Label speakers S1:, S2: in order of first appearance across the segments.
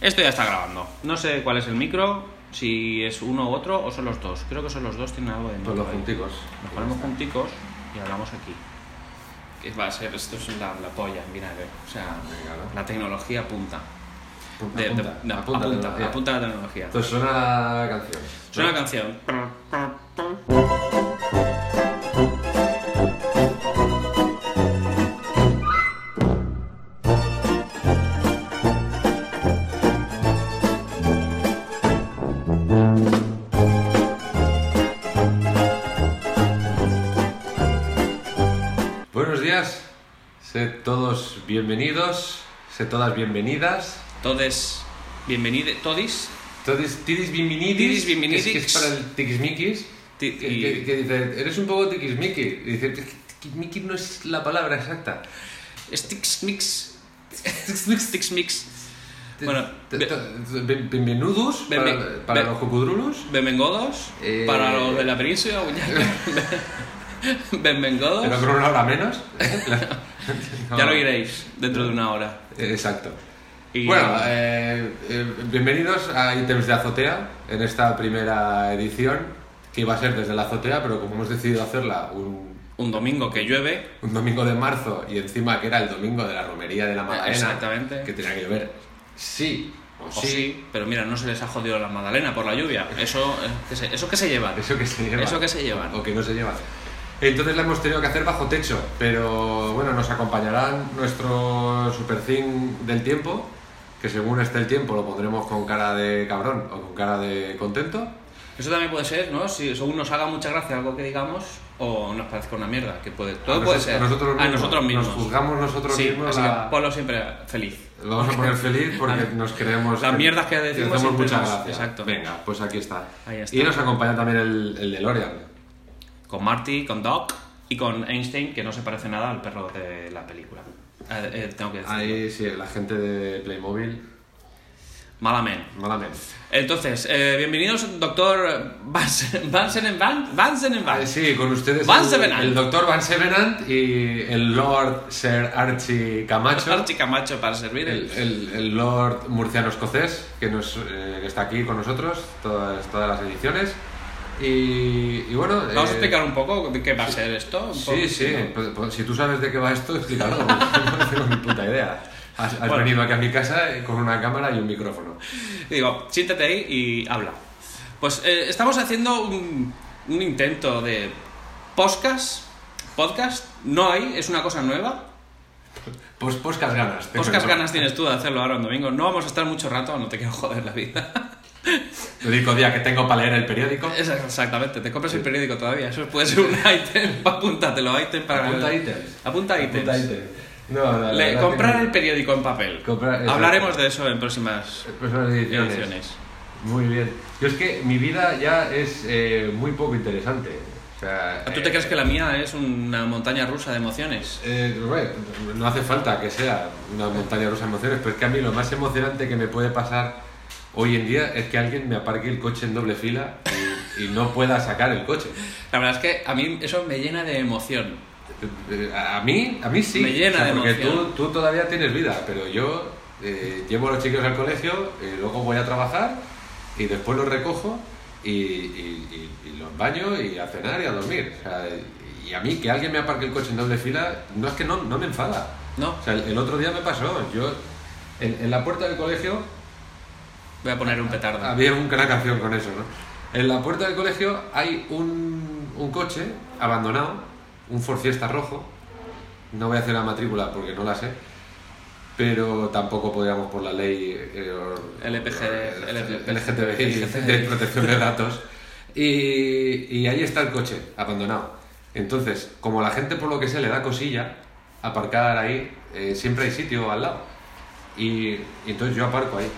S1: Esto ya está grabando. No sé cuál es el micro, si es uno u otro o son los dos. Creo que son los dos, tienen algo de micro.
S2: Pues los
S1: ahí.
S2: junticos.
S1: Nos ponemos junticos y hablamos aquí. Que va a ser, esto es la, la polla en vinagre. O sea,
S2: Venga, ¿no?
S1: la tecnología apunta.
S2: Punta,
S1: De- de- de-
S2: punta,
S1: apunta,
S2: apunta, tecnología.
S1: apunta la tecnología.
S2: Entonces suena la canción.
S1: Suena la canción.
S2: Buenos días. Sé todos bienvenidos. Sé todas bienvenidas.
S1: Todes, bienvenido, todis.
S2: Todos tidis bienvenidis.
S1: Tidis
S2: que es- Que
S1: bienvenidis.
S2: es para el tiquismiquis.
S1: Ti-
S2: que,
S1: y-
S2: que- que dice, eres un poco tiquismiqui. Y dice, tiquismiqui no es la palabra exacta.
S1: Sticks mix. Sticks mix. Bueno,
S2: Te-
S1: be-
S2: te- bien- bienvenudos
S1: Bienve-
S2: para, para
S1: be-
S2: los cucudrulus.
S1: Benvengodos.
S2: Eh,
S1: Para los de la península. ya. Benvengodos.
S2: Pero con una hora menos.
S1: Ya
S2: Ah.
S1: lo iréis dentro de una hora.
S2: Eh, Exacto.
S1: Y-
S2: Bueno, eh, eh, bienvenidos a ítems de azotea en esta primera edición que iba a ser desde la azotea, pero como hemos decidido hacerla un,
S1: un domingo que llueve,
S2: un domingo de marzo y encima que era el domingo de la romería de la Magdalena,
S1: Eh, Exactamente.
S2: que tenía que llover. Sí, o,
S1: o
S2: sí.
S1: sí. pero mira, no se les ha jodido la magdalena por la lluvia. Eso, eh, que se, eso que se lleva.
S2: Eso que se lleva.
S1: Eso que se llevan.
S2: O que no se lleva. Entonces la hemos tenido que hacer bajo techo, pero bueno, nos acompañarán nuestro supercín del tiempo, que según esté el tiempo lo pondremos con cara de cabrón o con cara de contento.
S1: Eso también puede ser, ¿no? Si según nos haga mucha gracia algo que digamos o nos parezca una mierda, que puede, todo
S2: A
S1: puede
S2: noso-
S1: ser.
S2: A nosotros mismos.
S1: A nosotros mismos.
S2: Nos juzgamos nosotros
S1: sí,
S2: mismos.
S1: así
S2: la-
S1: que ponlo siempre feliz.
S2: Lo vamos a poner feliz porque nos creemos.
S1: Las mierdas que decimos
S2: hacemos
S1: siempre
S2: mucha
S1: nos-
S2: gracia.
S1: exacto.
S2: Venga, pues aquí está.
S1: Ahí está.
S2: Y nos acompaña también el, el DeLorean.
S1: Con Marty, con Doc y con Einstein, que no se parece nada al perro de la película. Eh, eh, tengo que decir.
S2: Ahí sí, la gente de Playmobil,
S1: Malamente.
S2: malamente.
S1: Entonces, eh, bienvenidos, doctor Vansen Vansen Van- Vansen en Van.
S2: Eh, sí, con ustedes
S1: Ah. Van
S2: el,
S1: Sevenant.
S2: el doctor Van Sevenant y el Lord Sir Archie Camacho.
S1: Archie Camacho para servir.
S2: El, el- el Lord murciano escocés que, nos, eh, que está aquí con nosotros todas, todas las ediciones. Y, y bueno.
S1: Vamos a
S2: eh,
S1: explicar un poco de qué va a ser esto. un poco,
S2: Sí, sí.
S1: ¿no?
S2: Pues- pues si tú sabes de qué va esto, explícalo. porque no tengo ni puta idea. Has, has
S1: Bueno.
S2: venido aquí a mi casa eh, con una cámara y un micrófono.
S1: Y digo, siéntate ahí y habla. Pues eh, estamos haciendo un, un intento de podcast. Podcast no hay, es una cosa nueva.
S2: Pues poscas ganas. tengo
S1: Podcast
S2: yo.
S1: ganas tienes tú de hacerlo ahora un domingo. No vamos a estar mucho rato, no te quiero joder la vida.
S2: El único día que tengo para leer el periódico.
S1: Es- Exactamente, te compras el periódico todavía. Eso puede ser un ítem. Apúntatelo, ítem para.
S2: Apunta ítems.
S1: Apunta ítems.
S2: Puta ítem. No, la- la
S1: Le-
S2: verdad
S1: comprar
S2: que-
S1: el periódico en papel.
S2: Comprar- exacto.
S1: Hablaremos de eso en próximas
S2: Pues son ediciones.
S1: ediciones.
S2: Muy bien. Yo es que mi vida ya es eh, muy poco interesante. O sea,
S1: ¿Tú
S2: eh,
S1: te crees que la mía es una montaña rusa de emociones?
S2: eh, Rubén, no hace falta que sea una montaña rusa de emociones, pero es que a mí lo más emocionante que me puede pasar hoy en día es que alguien me aparque el coche en doble fila y, y no pueda sacar el coche.
S1: La verdad es que a mí eso me llena de emoción.
S2: Eh, A mí, a mí sí.
S1: Me llena de
S2: porque
S1: emoción.
S2: Tú, tú todavía tienes vida, pero yo eh, llevo a los chicos al colegio, eh, luego voy a trabajar y después los recojo y, y- y- y los baño y a cenar y a dormir. O sea, y a mí que alguien me aparque el coche en doble fila, no es que no, no me enfada.
S1: ¿No?
S2: O sea, el, el otro día me pasó. Yo en, en la puerta del colegio
S1: Voy a poner un petardo.
S2: había un- una canción con eso, ¿no? En la puerta del colegio hay un, un coche abandonado, un Ford Fiesta rojo. No voy a hacer la matrícula porque no la sé, pero tampoco podríamos por la ley eh, o-
S1: LPG,
S2: o-
S1: LPG,
S2: LGTBI de protección de datos. Y, y ahí está el coche, abandonado. Entonces, como la gente por lo que sea le da cosilla, aparcar ahí, eh, siempre hay sitio al lado. Y, y entonces yo aparco ahí.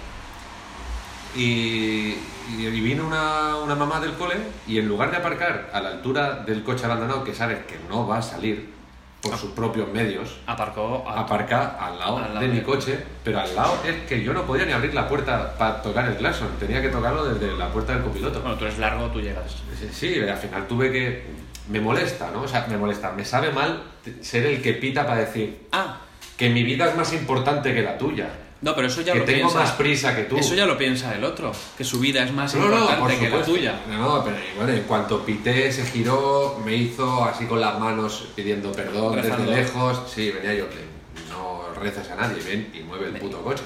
S2: Y, y- y vino una, una mamá del cole y en lugar de aparcar a la altura del coche abandonado, que sabes que no va a salir por sus propios medios,
S1: Aparcó. a-
S2: aparcar al lado,
S1: Al lado
S2: de mi
S1: de-
S2: coche, pero al lado es que yo no podía ni abrir la puerta para tocar el claxon, tenía que tocarlo desde la puerta del copiloto.
S1: Bueno, tú eres largo, tú llegas.
S2: Sí, al final tuve que... Me molesta, ¿no? O sea, me molesta, me sabe mal ser el que pita para decir
S1: Ah,
S2: que mi vida es más importante que la tuya.
S1: No, pero eso ya
S2: que
S1: lo
S2: tengo
S1: piensa.
S2: más prisa que tú.
S1: Eso ya lo piensa el otro, que su vida es más
S2: No, no, por
S1: importante que la
S2: supuesto.
S1: tuya.
S2: No, pero bueno, en cuanto pité, se giró, me hizo así con las manos pidiendo perdón
S1: Rezando.
S2: desde lejos. Sí, venía yo, le- no rezas a nadie, ven y mueve el puto coche.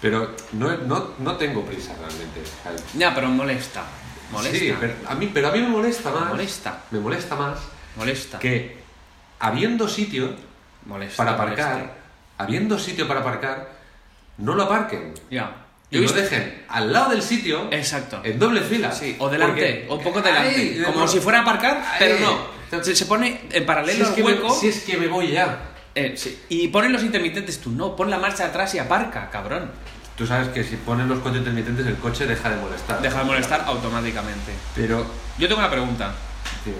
S2: Pero no, no, no tengo prisa realmente. O sea,
S1: Ya, pero molesta. Molesta.
S2: Sí, pero a, mí, pero a mí me molesta
S1: Me
S2: más.
S1: molesta.
S2: Me molesta más
S1: Molesta.
S2: que habiendo sitio
S1: Molesta.
S2: para aparcar,
S1: molesta.
S2: habiendo sitio para aparcar, no lo aparquen.
S1: Ya. Yo
S2: Y Eh,
S1: he
S2: lo
S1: visto-
S2: dejen al lado del sitio.
S1: Exacto.
S2: En doble fila.
S1: Sí, o delante,
S2: Porque-
S1: o un poco delante.
S2: Ay, de-
S1: como
S2: no.
S1: si fuera a aparcar,
S2: Ay.
S1: pero no. Se, se pone en
S2: Si
S1: paralelo
S2: es,
S1: al
S2: que
S1: hueco.
S2: me, si es que me voy ya.
S1: eh, sí, Y ponen los intermitentes tú, no, pon la marcha atrás y aparca, cabrón.
S2: Tú sabes que si ponen los coches intermitentes el coche deja de molestar.
S1: Deja de molestar automáticamente.
S2: Pero,
S1: Yo tengo una pregunta.
S2: tío,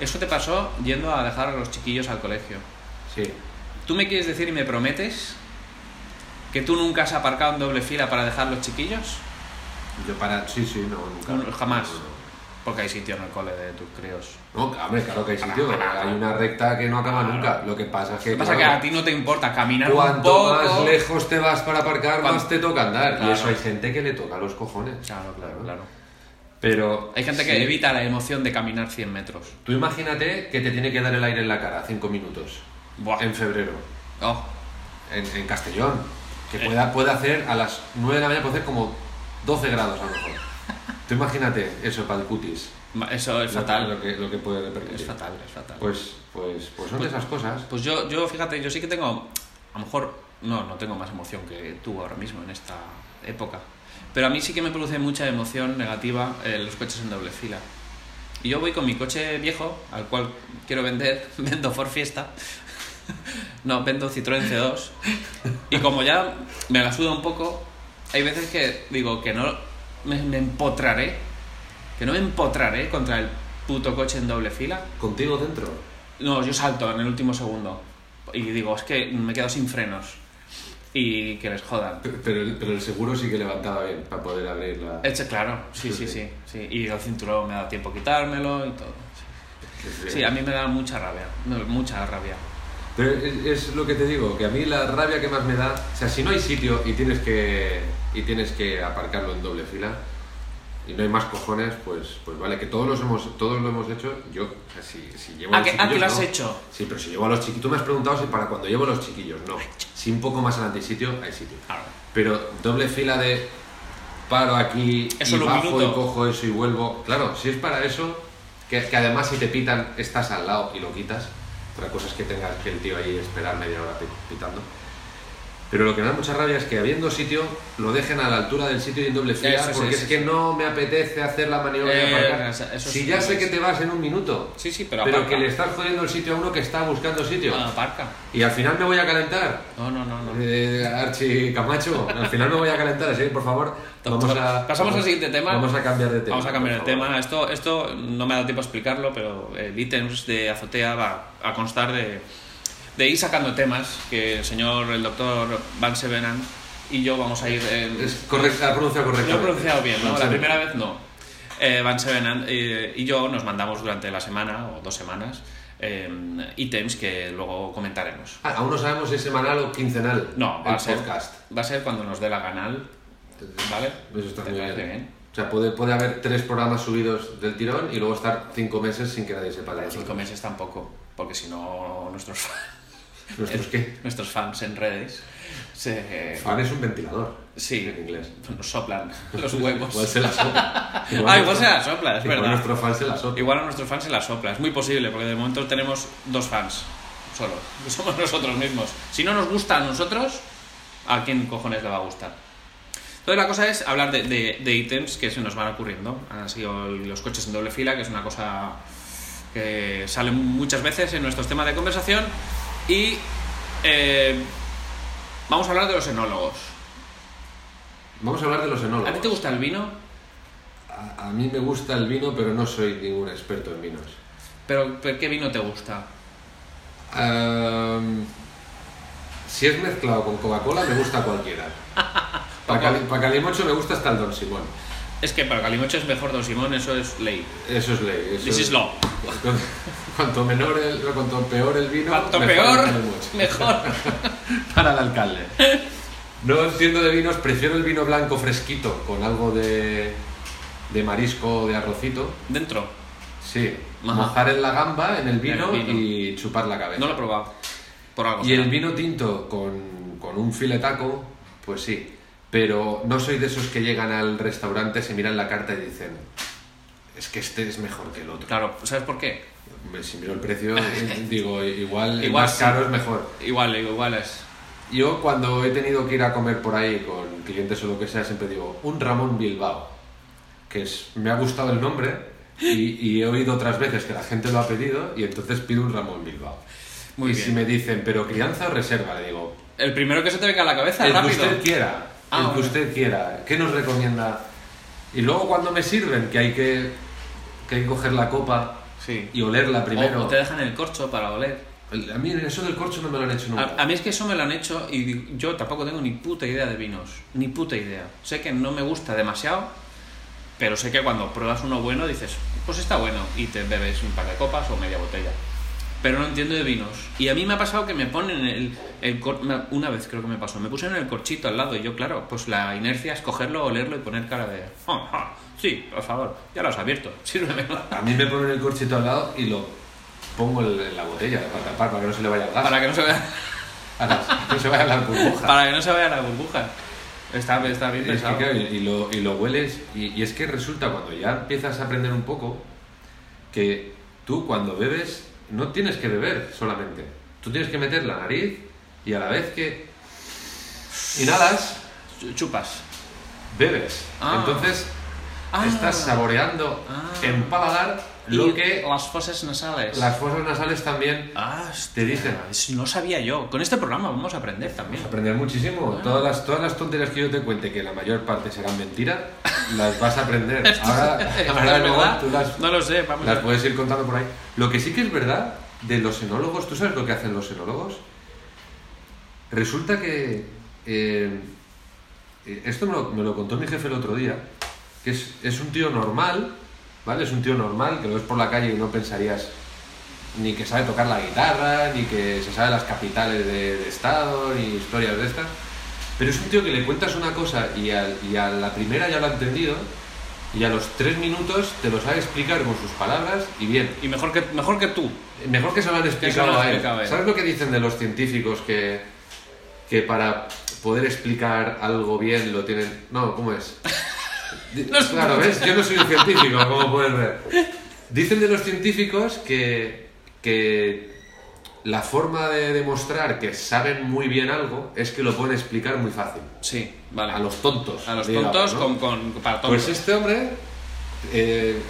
S1: Eso te pasó yendo a dejar a los chiquillos al colegio.
S2: sí.
S1: ¿Tú me quieres decir y me prometes que tú nunca has aparcado en doble fila para dejar los chiquillos?
S2: Yo para... Sí, sí, no, nunca.
S1: No, jamás.
S2: No,
S1: Porque hay sitio en el cole de tus críos.
S2: No, No, hombre, claro que hay sitio. Hay una recta que no acaba nunca. Lo que pasa es que...
S1: Lo que pasa es que
S2: claro,
S1: a ti no te importa caminar un
S2: Cuanto
S1: poco.
S2: más lejos te vas para aparcar,
S1: Cuan-
S2: más te toca andar.
S1: Claro.
S2: Y eso hay gente que le toca los cojones.
S1: Claro, claro, claro.
S2: Pero...
S1: Hay gente
S2: sí.
S1: que evita la emoción de caminar 100 metros.
S2: Tú imagínate que te tiene que dar el aire en la cara cinco minutos.
S1: Buah.
S2: En febrero.
S1: Oh,
S2: En, en Castellón. Que
S1: Eh.
S2: pueda, puede hacer a las 9 de la mañana, puede hacer como 12 grados a lo mejor. Tú imagínate eso para el cutis.
S1: ma- eso es
S2: Lo-
S1: fatal.
S2: Lo, que, lo que puede repercutir.
S1: Es fatal, es fatal. Pues,
S2: Pues, pues, pues son de esas cosas.
S1: yo, yo, fíjate, yo sí que tengo. A lo mejor. No, no tengo más emoción que tú ahora mismo en esta época. Pero a mí sí que me produce mucha emoción negativa eh, los coches en doble fila. Y yo voy con mi coche viejo, al cual quiero vender, vendo Ford Fiesta. No, vendo Citroën C2. Y como ya me la suda un poco, hay veces que digo que no me, me empotraré, que no me empotraré contra el puto coche en doble fila.
S2: Contigo dentro.
S1: No, yo salto en el último segundo. Y digo, es que me quedo sin frenos. Y que les jodan.
S2: Pe- Pero, el- pero el seguro sí que levantaba bien para poder abrir la.
S1: Hecho, claro, sí, sí, sí, sí. Y el cinturón me ha dado tiempo a quitármelo y todo. Sí, a mí me da mucha rabia, no, mucha rabia.
S2: Pero es, es lo que te digo, que a mí la rabia que más me da, o sea, si no hay sitio y tienes que y tienes que aparcarlo en doble fila y no hay más cojones, pues pues vale, que todos los hemos todos lo hemos hecho. Yo, o sea, si, si llevo
S1: Ah,
S2: a los
S1: que- ah, que
S2: chiquillos,
S1: lo has
S2: no.
S1: hecho.
S2: Sí, pero si llevo a los chiquillos, tú me has preguntado si para cuando llevo a los chiquillos, no. Si un poco más adelante hay sitio, hay sitio.
S1: Claro.
S2: Pero doble fila de paro aquí
S1: Es
S2: y
S1: solo un
S2: bajo y
S1: minuto.
S2: cojo eso y vuelvo. Claro, si es para eso, que, que además si te pitan estás al lado y lo quitas. Otra cosa es que tengas que el tío ahí esperar media hora pi- pitando. Pero lo que me da mucha rabia es que habiendo sitio, lo dejen a la altura del sitio y en doble fila,
S1: Eso es,
S2: porque
S1: eso
S2: es
S1: es.
S2: que no me apetece hacer la maniobra
S1: Eh,
S2: de aparcar.
S1: eso es,
S2: si
S1: eso
S2: ya
S1: es.
S2: sé que te vas en un minuto,
S1: Sí, sí, pero
S2: pero,
S1: aparca.
S2: que le estás jodiendo el sitio a uno que está buscando sitio.
S1: Ah, aparca.
S2: Y al final me voy a calentar.
S1: No, no, no, no.
S2: Eh, Archi Camacho, al final no voy a calentar, así que por favor, vamos a.
S1: Pasamos al siguiente tema.
S2: Vamos a cambiar de tema.
S1: Vamos a cambiar de
S2: por favor.
S1: tema. Esto, esto no me ha dado tiempo a explicarlo, pero el ítems de azotea va a constar de, de ir sacando temas que el señor, el doctor Van Sevenan y yo vamos a ir... eh, en-
S2: Es correcta, ha pronunciado
S1: Lo he
S2: correctamente.
S1: pronunciado bien, ¿no?
S2: Vamos a
S1: La
S2: ver.
S1: primera vez no. Eh, Van Sevenant eh, y yo nos mandamos durante la semana o dos semanas eh, ítems que luego comentaremos.
S2: Ah, aún no sabemos si es semanal o quincenal.
S1: No, va
S2: el
S1: a ser.
S2: podcast.
S1: Va a ser cuando nos dé la ganal. ¿Vale?
S2: Eso está
S1: ¿Te
S2: muy
S1: parece
S2: bien. O sea, puede, puede haber tres programas subidos del tirón y luego estar cinco meses sin que nadie sepa de
S1: Cinco
S2: nosotros.
S1: meses tampoco, porque si no, nuestros fans.
S2: ¿Nuestros qué?
S1: Nuestros fans en redes se.
S2: Fan es un ventilador.
S1: Sí.
S2: En inglés.
S1: Nos soplan los huevos.
S2: Igual se la sopla.
S1: ah, igual se la sopla, es
S2: Igual
S1: verdad.
S2: nuestro fan se la sopla.
S1: Igual a nuestros fans se la sopla, es muy posible, porque de momento tenemos dos fans solo, que somos nosotros mismos. Si no nos gusta a nosotros, ¿a quién cojones le va a gustar? Entonces la cosa es hablar de, de- de ítems que se nos van ocurriendo. Han sido los coches en doble fila, que es una cosa que sale muchas veces en nuestros temas de conversación. Y eh, vamos a hablar de los enólogos.
S2: Vamos a hablar de los enólogos.
S1: ¿A ti te gusta el vino?
S2: A, a mí me gusta el vino, pero no soy ningún experto en vinos.
S1: Pero, pero ¿qué vino te gusta?
S2: Ehm, si es mezclado con Coca-Cola, me gusta cualquiera. Para cali, pa' calimocho me gusta hasta el Don Simón.
S1: Es que para Calimocho es mejor Don Simón, eso es ley.
S2: Eso es ley. Eso
S1: This
S2: es
S1: is law.
S2: Cuanto, cuanto menor el, cuanto peor el vino,
S1: Cuanto
S2: mejor el
S1: peor,
S2: calimocho.
S1: mejor.
S2: Para el alcalde. No entiendo de vinos, prefiero el vino blanco fresquito con algo de, de marisco o de arrocito.
S1: Dentro.
S2: Sí,
S1: Ajá.
S2: mojar en la gamba, en el vino,
S1: En el vino.
S2: y chupar la cabeza.
S1: No lo he probado. Por algo.
S2: y
S1: será.
S2: el vino tinto con, con un filetaco, pues sí. Pero no soy de esos que llegan al restaurante, se miran la carta y dicen, es que este es mejor que el otro.
S1: Claro, ¿sabes por qué?
S2: Hombre, Si miro el precio, eh, digo, igual, el
S1: Igual
S2: más
S1: sí.
S2: caro es mejor.
S1: Igual, igual es.
S2: Yo cuando he tenido que ir a comer por ahí con clientes o lo que sea, siempre digo, un Ramón Bilbao, que es, me ha gustado el nombre y, y he oído otras veces que la gente lo ha pedido y entonces pido un Ramón Bilbao.
S1: Muy
S2: y
S1: bien.
S2: si me dicen, pero crianza o reserva, le digo,
S1: El primero que se te venga a la cabeza,
S2: el que
S1: rápido.
S2: usted quiera,
S1: Ah,
S2: el que
S1: bueno.
S2: usted quiera, ¿qué nos recomienda? Y luego cuando me sirven, que hay que, que, hay que coger la copa
S1: Sí.
S2: y olerla
S1: O
S2: primero.
S1: te dejan el corcho para oler.
S2: El- A mí eso del corcho no me lo han hecho nunca.
S1: A, a mí es que eso me lo han hecho y digo, yo tampoco tengo ni puta idea de vinos, ni puta idea. Sé que no me gusta demasiado, pero sé que cuando pruebas uno bueno dices, pues está bueno, y te bebes un par de copas o media botella. Pero no entiendo de vinos. Y a mí me ha pasado que me ponen el, el cor- una- una vez creo que me pasó, me pusieron el corchito al lado y yo, claro, pues la inercia es cogerlo, olerlo y poner cara de, "Ja, ja, sí, por favor, ya lo has abierto, sírvemelo.
S2: A mí me ponen el corchito al lado y lo pongo en en la botella para tapar, para que no se le vaya el gas.
S1: Para que no se vea,
S2: a las- no se vaya la burbuja.
S1: para que no se vea la burbuja. Está, está bien
S2: Y es que,
S1: pensado.
S2: claro, y, y lo, y lo hueles, y, y es que resulta cuando ya empiezas a aprender un poco que tú cuando bebes no tienes que beber solamente. Tú tienes que meter la nariz y a la vez que inhalas,
S1: Chupas.
S2: bebes.
S1: Ah.
S2: Entonces
S1: Ah.
S2: estás saboreando
S1: Ah.
S2: en paladar
S1: Y
S2: lo que
S1: las fosas nasales.
S2: las fosas nasales también
S1: Ah,
S2: te dicen.
S1: no sabía yo. Con este programa vamos a aprender también.
S2: Vas a aprender muchísimo. Todas las, todas las tonterías que yo te cuente, que la mayor parte serán mentira, las vas a aprender. Ahora,
S1: Eh,
S2: ahora
S1: ¿es
S2: luego
S1: verdad?
S2: tú las,
S1: No lo sé, vamos.
S2: las
S1: a-
S2: puedes ir contando por ahí. Lo que sí que es verdad de los enólogos, ¿tú sabes lo que hacen los enólogos? Resulta que... eh, eh, esto me lo, me lo contó mi jefe el otro día, que es, es un tío normal, ¿vale? Es un tío normal, que lo ves por la calle y no pensarías ni que sabe tocar la guitarra, ni que se sabe las capitales de, de estado, ni historias de estas. Pero es un tío que le cuentas una cosa y, al- y a la primera ya lo ha entendido y a los tres minutos te lo sabe explicar con sus palabras y bien.
S1: Y mejor que, mejor que tú.
S2: Mejor que se lo han explicado,
S1: se lo han
S2: a, él.
S1: explicado a él.
S2: ¿Sabes lo que dicen de los científicos que, que para poder explicar algo bien lo tienen... No, ¿cómo es? Di-
S1: No sé.
S2: claro, ¿ves? Yo no soy un científico, como puedes ver. Dicen de los científicos que, que la forma de demostrar que saben muy bien algo es que lo pueden explicar muy fácil.
S1: Sí, vale.
S2: A los tontos.
S1: A los
S2: digamos,
S1: tontos
S2: ¿no?
S1: con, con, para tontos.
S2: Pues este hombre eh,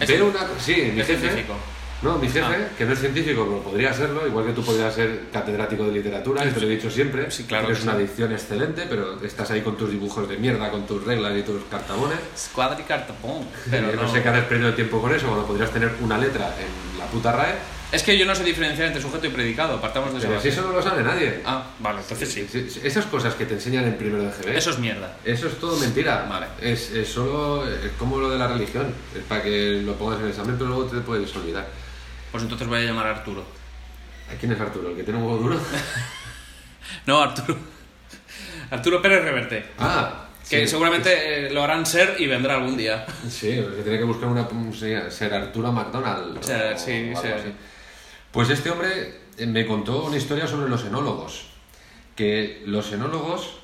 S1: Es
S2: ve
S1: un-
S2: una... Sí, mi
S1: Es
S2: jefe...
S1: científico.
S2: No, mi jefe,
S1: Ah.
S2: que no es científico, pero podría serlo, igual que tú podrías ser catedrático de literatura, que te lo he dicho siempre.
S1: Sí, claro
S2: Es
S1: que
S2: una
S1: sí.
S2: adicción excelente, pero estás ahí con tus dibujos de mierda, con tus reglas y tus cartabones.
S1: Squadra y cartapón. Pero
S2: Eh, no.
S1: no.
S2: sé qué haces perdiendo el tiempo con eso, cuando podrías tener una letra en la puta RAE.
S1: Es que yo no sé diferenciar entre sujeto y predicado. Partamos de esa
S2: Pero si
S1: base.
S2: eso no lo sabe nadie.
S1: Ah, vale, entonces sí.
S2: Si- si- Esas cosas que te enseñan en primero de GB.
S1: Eso es mierda.
S2: Eso es todo mentira.
S1: Vale.
S2: Es, es solo es como lo de la religión. Es para que lo pongas en el examen, pero luego te puedes olvidar.
S1: Pues entonces voy a llamar a Arturo.
S2: ¿A quién es Arturo? ¿El que tiene un huevo duro?
S1: No, Arturo. Arturo Pérez Reverte.
S2: Ah.
S1: Que
S2: sí.
S1: seguramente eh, lo harán ser y vendrá algún día.
S2: Sí, se tiene que buscar una. sí, Ser Arturo McDonald.
S1: Ser, sí,
S2: algo
S1: ser.
S2: así. Pues este hombre eh, me contó una historia sobre los enólogos. Que los enólogos,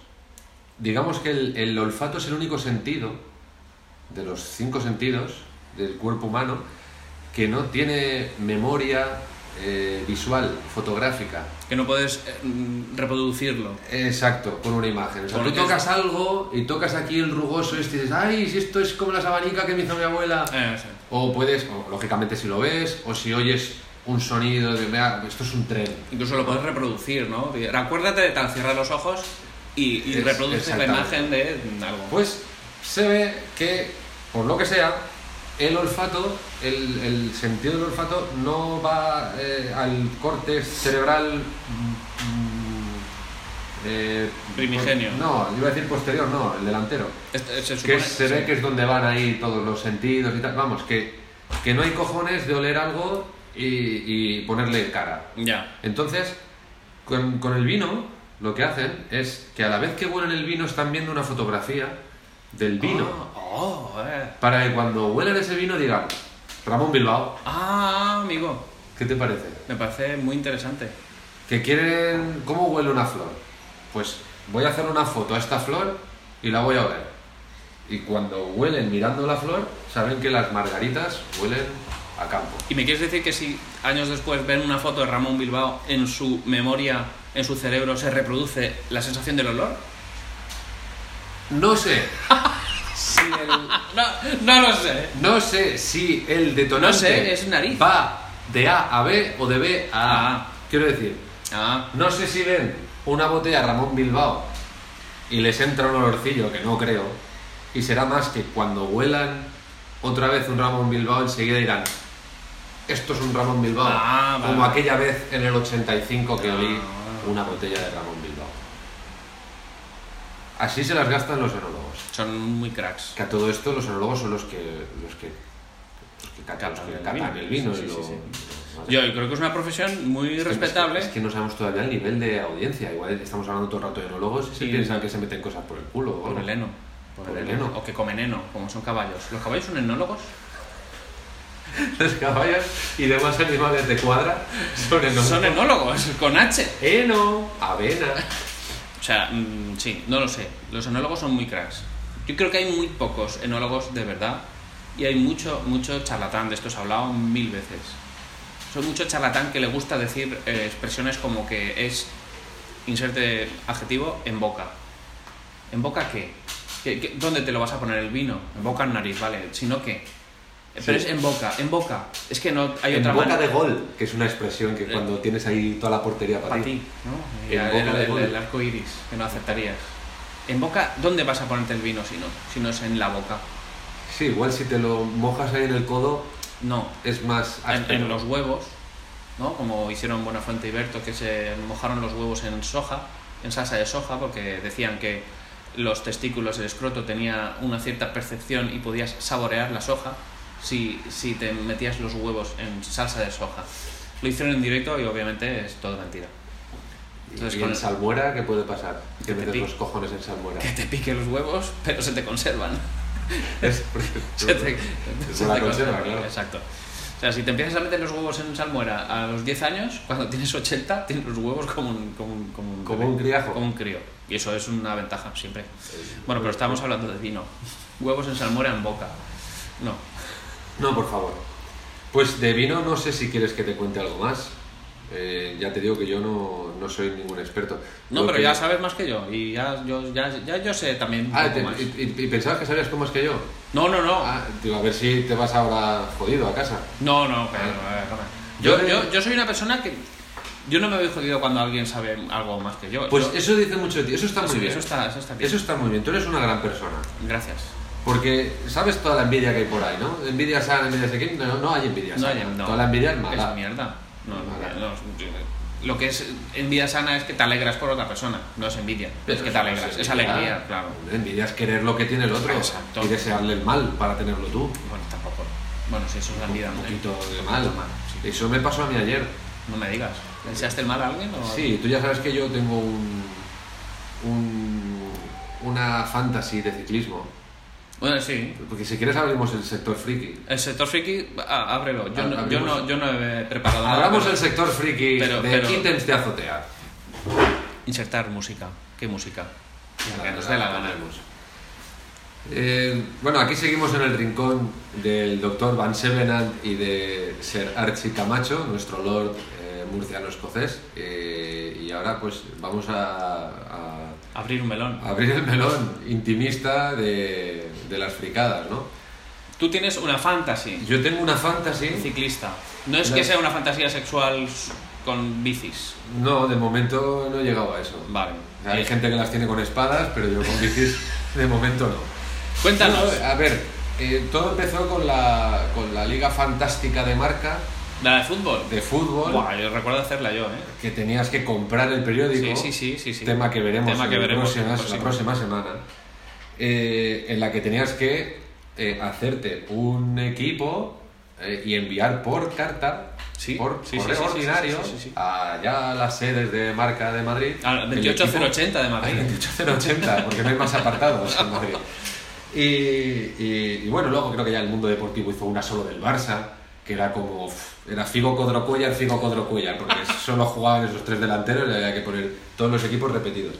S2: digamos que el, el olfato es el único sentido de los cinco sentidos del cuerpo humano que no tiene memoria eh, visual, fotográfica.
S1: Que no puedes eh, mm, reproducirlo.
S2: Exacto, con una imagen. O sea,
S1: Con
S2: tú
S1: lo que
S2: tocas algo y tocas aquí el rugoso este y dices, ay, si esto es como la sabanica que me hizo mi abuela.
S1: Eh, sí.
S2: O puedes, o, lógicamente si lo ves, o si oyes un sonido de, "Mira, esto es un tren.
S1: Incluso lo puedes reproducir, ¿no? De- Acuérdate de tal, cierra los ojos y, y
S2: Es-
S1: reproduces la
S2: exactamente.
S1: imagen de mm, algo.
S2: Pues se ve que, por lo que sea, el olfato, el, el sentido del olfato no va eh, al corte cerebral... mm, mm, eh,
S1: Primigenio.
S2: por- no, iba a decir posterior, no, el delantero.
S1: Este- se supone-
S2: que se ve que es donde van ahí todos los sentidos y tal. Vamos, que, que no hay cojones de oler algo y, y ponerle cara.
S1: Ya.
S2: Entonces, con, con el vino lo que hacen es que a la vez que huelen el vino están viendo una fotografía del vino.
S1: Oh, oh, eh.
S2: Para que cuando huelan ese vino digan, Ramón Bilbao,
S1: Ah, amigo.
S2: ¿qué te parece?
S1: Me parece muy interesante.
S2: Que quieren... ¿Cómo huele una flor? Pues voy a hacer una foto a esta flor y la voy a oler. Y cuando huelen mirando la flor, saben que las margaritas huelen a campo.
S1: ¿Y me quieres decir que si años después ven una foto de Ramón Bilbao en su memoria, en su cerebro, se reproduce la sensación del olor?
S2: No sé si el...
S1: No, no lo sé.
S2: No sé si el detonante
S1: No sé, es nariz.
S2: va de A a B o de B a A.
S1: Ah.
S2: Quiero decir,
S1: Ah,
S2: no sé si ven una botella Ramón Bilbao y les entra un olorcillo, que no creo, y será más que cuando huelan otra vez un Ramón Bilbao enseguida dirán, esto es un Ramón Bilbao,
S1: Ah, vale. Ah.
S2: como aquella vez en el 85 que olí una botella de Ramón Bilbao. Así se las gastan los enólogos.
S1: son muy cracks.
S2: Que a todo esto los enólogos son los que los que los que catan, los que catan el vino.
S1: Sí, sí,
S2: y lo-
S1: sí,
S2: lo-
S1: Yo creo que es una profesión muy
S2: Es que-
S1: respetable.
S2: Es que no sabemos todavía el nivel de audiencia. Igual estamos hablando todo el rato de enólogos y se
S1: Sí.
S2: piensan que se meten cosas por el culo. o
S1: Por
S2: algo.
S1: el heno.
S2: Por el heno.
S1: O que comen heno, como son caballos. ¿Los caballos son enólogos?
S2: Los caballos y demás animales de cuadra son enólogos.
S1: Son enólogos, con H.
S2: Heno, avena.
S1: O sea, mm, sí, no lo sé. Los enólogos son muy cracks. Yo creo que hay muy pocos enólogos de verdad y hay mucho, mucho charlatán, de esto os he hablado mil veces. Soy mucho charlatán que le gusta decir eh, expresiones como que es, inserte adjetivo, en boca. ¿En boca qué? ¿Qué- qué- dónde te lo vas a poner el vino? En boca, en nariz, vale. Si no, ¿qué? Pero
S2: Sí.
S1: es en boca, en boca. Es que no hay
S2: en
S1: otra
S2: boca
S1: manera.
S2: de gol, que es una expresión que
S1: Eh.
S2: cuando tienes ahí toda la portería para,
S1: Para ti, ¿no?
S2: En
S1: Ya,
S2: boca
S1: el,
S2: de
S1: el-
S2: gol.
S1: el arco iris, que no aceptarías. En boca, ¿dónde vas a ponerte el vino si no? Si no es en la boca.
S2: Sí, igual si te lo mojas ahí en el codo
S1: No,
S2: es más
S1: en,
S2: áspero.
S1: en los huevos, ¿no? Como hicieron Buenafuente y Berto, que se mojaron los huevos en soja, en salsa de soja, porque decían que los testículos, el escroto tenía una cierta percepción y podías saborear la soja si, si te metías los huevos en salsa de soja. Lo hicieron en directo y obviamente es todo mentira. Entonces,
S2: y
S1: con
S2: en
S1: el-
S2: salmuera, ¿qué puede pasar? Que
S1: te
S2: metes
S1: pique.
S2: los cojones en salmuera.
S1: Que te pique los huevos, pero se te conservan.
S2: Es porque-
S1: Se te-
S2: Es
S1: se
S2: una
S1: te
S2: conserva,
S1: conserva,
S2: claro.
S1: Exacto. O sea, si te empiezas a meter los huevos en salmuera a los 10 años, cuando tienes 80, tienes los huevos como un, como un, como un,
S2: Como
S1: bebé,
S2: un criajo.
S1: Como un crío. Y eso es una ventaja siempre. Bueno, pero estamos hablando de vino. Huevos en salmuera en boca. No.
S2: No, por favor. Pues de vino no sé si quieres que te cuente algo más. Eh, ya te digo que yo no, no soy ningún experto.
S1: No,
S2: Lo
S1: pero
S2: que-
S1: ya sabes más que yo. Y ya yo, ya, ya yo sé también. un
S2: Ah,
S1: poco
S2: te-
S1: más.
S2: y, y- y pensabas que sabías tú más que yo.
S1: No, no, no.
S2: Ah, digo, a ver si te vas ahora jodido a casa.
S1: No, no, pero, eh, calma. Yo, yo, yo soy una persona que. Yo no me voy jodido cuando alguien sabe algo más que yo.
S2: Pues
S1: Yo-
S2: eso dice mucho de ti. Eso está muy
S1: sí,
S2: bien.
S1: eso está, eso está bien.
S2: Eso está muy bien. Tú eres una gran persona.
S1: Gracias.
S2: Porque sabes toda la envidia que hay por ahí, ¿no? Envidia sana, envidia de quién. No, no hay envidia
S1: No,
S2: sana.
S1: ya, no.
S2: Toda la envidia es
S1: Es
S2: mala.
S1: mierda. No, no,
S2: Mala.
S1: no, lo que es envidia sana es que te alegras por otra persona, no es envidia, es que te alegras, es alegría, claro.
S2: Envidia es querer lo que tiene el otro
S1: Exacto.
S2: y desearle el mal para tenerlo tú.
S1: Bueno, tampoco. Bueno, si eso es la envidia,
S2: un
S1: ¿no?
S2: poquito de mal.
S1: mal, sí.
S2: Eso me pasó a mí ayer.
S1: no me digas. ¿Le ¿Deseaste el mal a alguien? O...
S2: Sí, tú ya sabes que yo tengo un, un- una fantasy de ciclismo.
S1: Bueno, sí.
S2: Porque si quieres abrimos el sector friki.
S1: El sector friki, a- ábrelo. Yo,
S2: Ab-
S1: no, yo,
S2: abrimos.
S1: no, yo no he preparado nada.
S2: Abramos
S1: Ah, pero-
S2: el sector friki
S1: pero-
S2: de
S1: pero-
S2: ítems de azotea.
S1: Insertar música. ¿Qué música? La que nos dé la gana.
S2: Eh, bueno, aquí seguimos en el rincón del doctor Van Sevenant y de Sir Archie Camacho, nuestro lord eh, murciano escocés. Eh, y ahora pues vamos a- a
S1: Abrir un melón.
S2: abrir el melón intimista de, de las fricadas, ¿no?
S1: Tú tienes una fantasy.
S2: Yo tengo una fantasy,
S1: ciclista. No es
S2: No
S1: que
S2: es-
S1: sea una fantasía sexual s- con bicis.
S2: no, de momento no he llegado a eso.
S1: Vale.
S2: O sea, hay gente que las tiene con espadas, pero yo con bicis de momento no.
S1: Cuéntanos.
S2: No, a ver, eh, todo empezó con la, con la Liga Fantástica de Marca
S1: La de fútbol.
S2: de fútbol,
S1: Buah, yo recuerdo hacerla yo, ¿eh?
S2: que tenías que comprar el periódico.
S1: Sí, sí, sí, sí, sí.
S2: Tema que veremos,
S1: Tema
S2: en
S1: que
S2: el
S1: veremos
S2: próximo-
S1: en el
S2: la
S1: próximo.
S2: próxima semana. eh, en la que tenías que eh, hacerte un equipo eh, y enviar por carta
S1: Sí,
S2: por
S1: sí, sí,
S2: correo
S1: sí, sí, sí,
S2: ordinario
S1: sí, sí, sí.
S2: allá a las sedes de marca de Madrid.
S1: Al
S2: El equipo-
S1: 28080 de Madrid.
S2: Al 28080, porque no hay más apartados en Madrid. Y, y- y bueno, luego creo que ya el mundo deportivo hizo una solo del Barça, que era como. uf, Era Figo Codrocuellar, Figo Codrocuellar, porque solo jugaban esos tres delanteros y había que poner todos los equipos repetidos.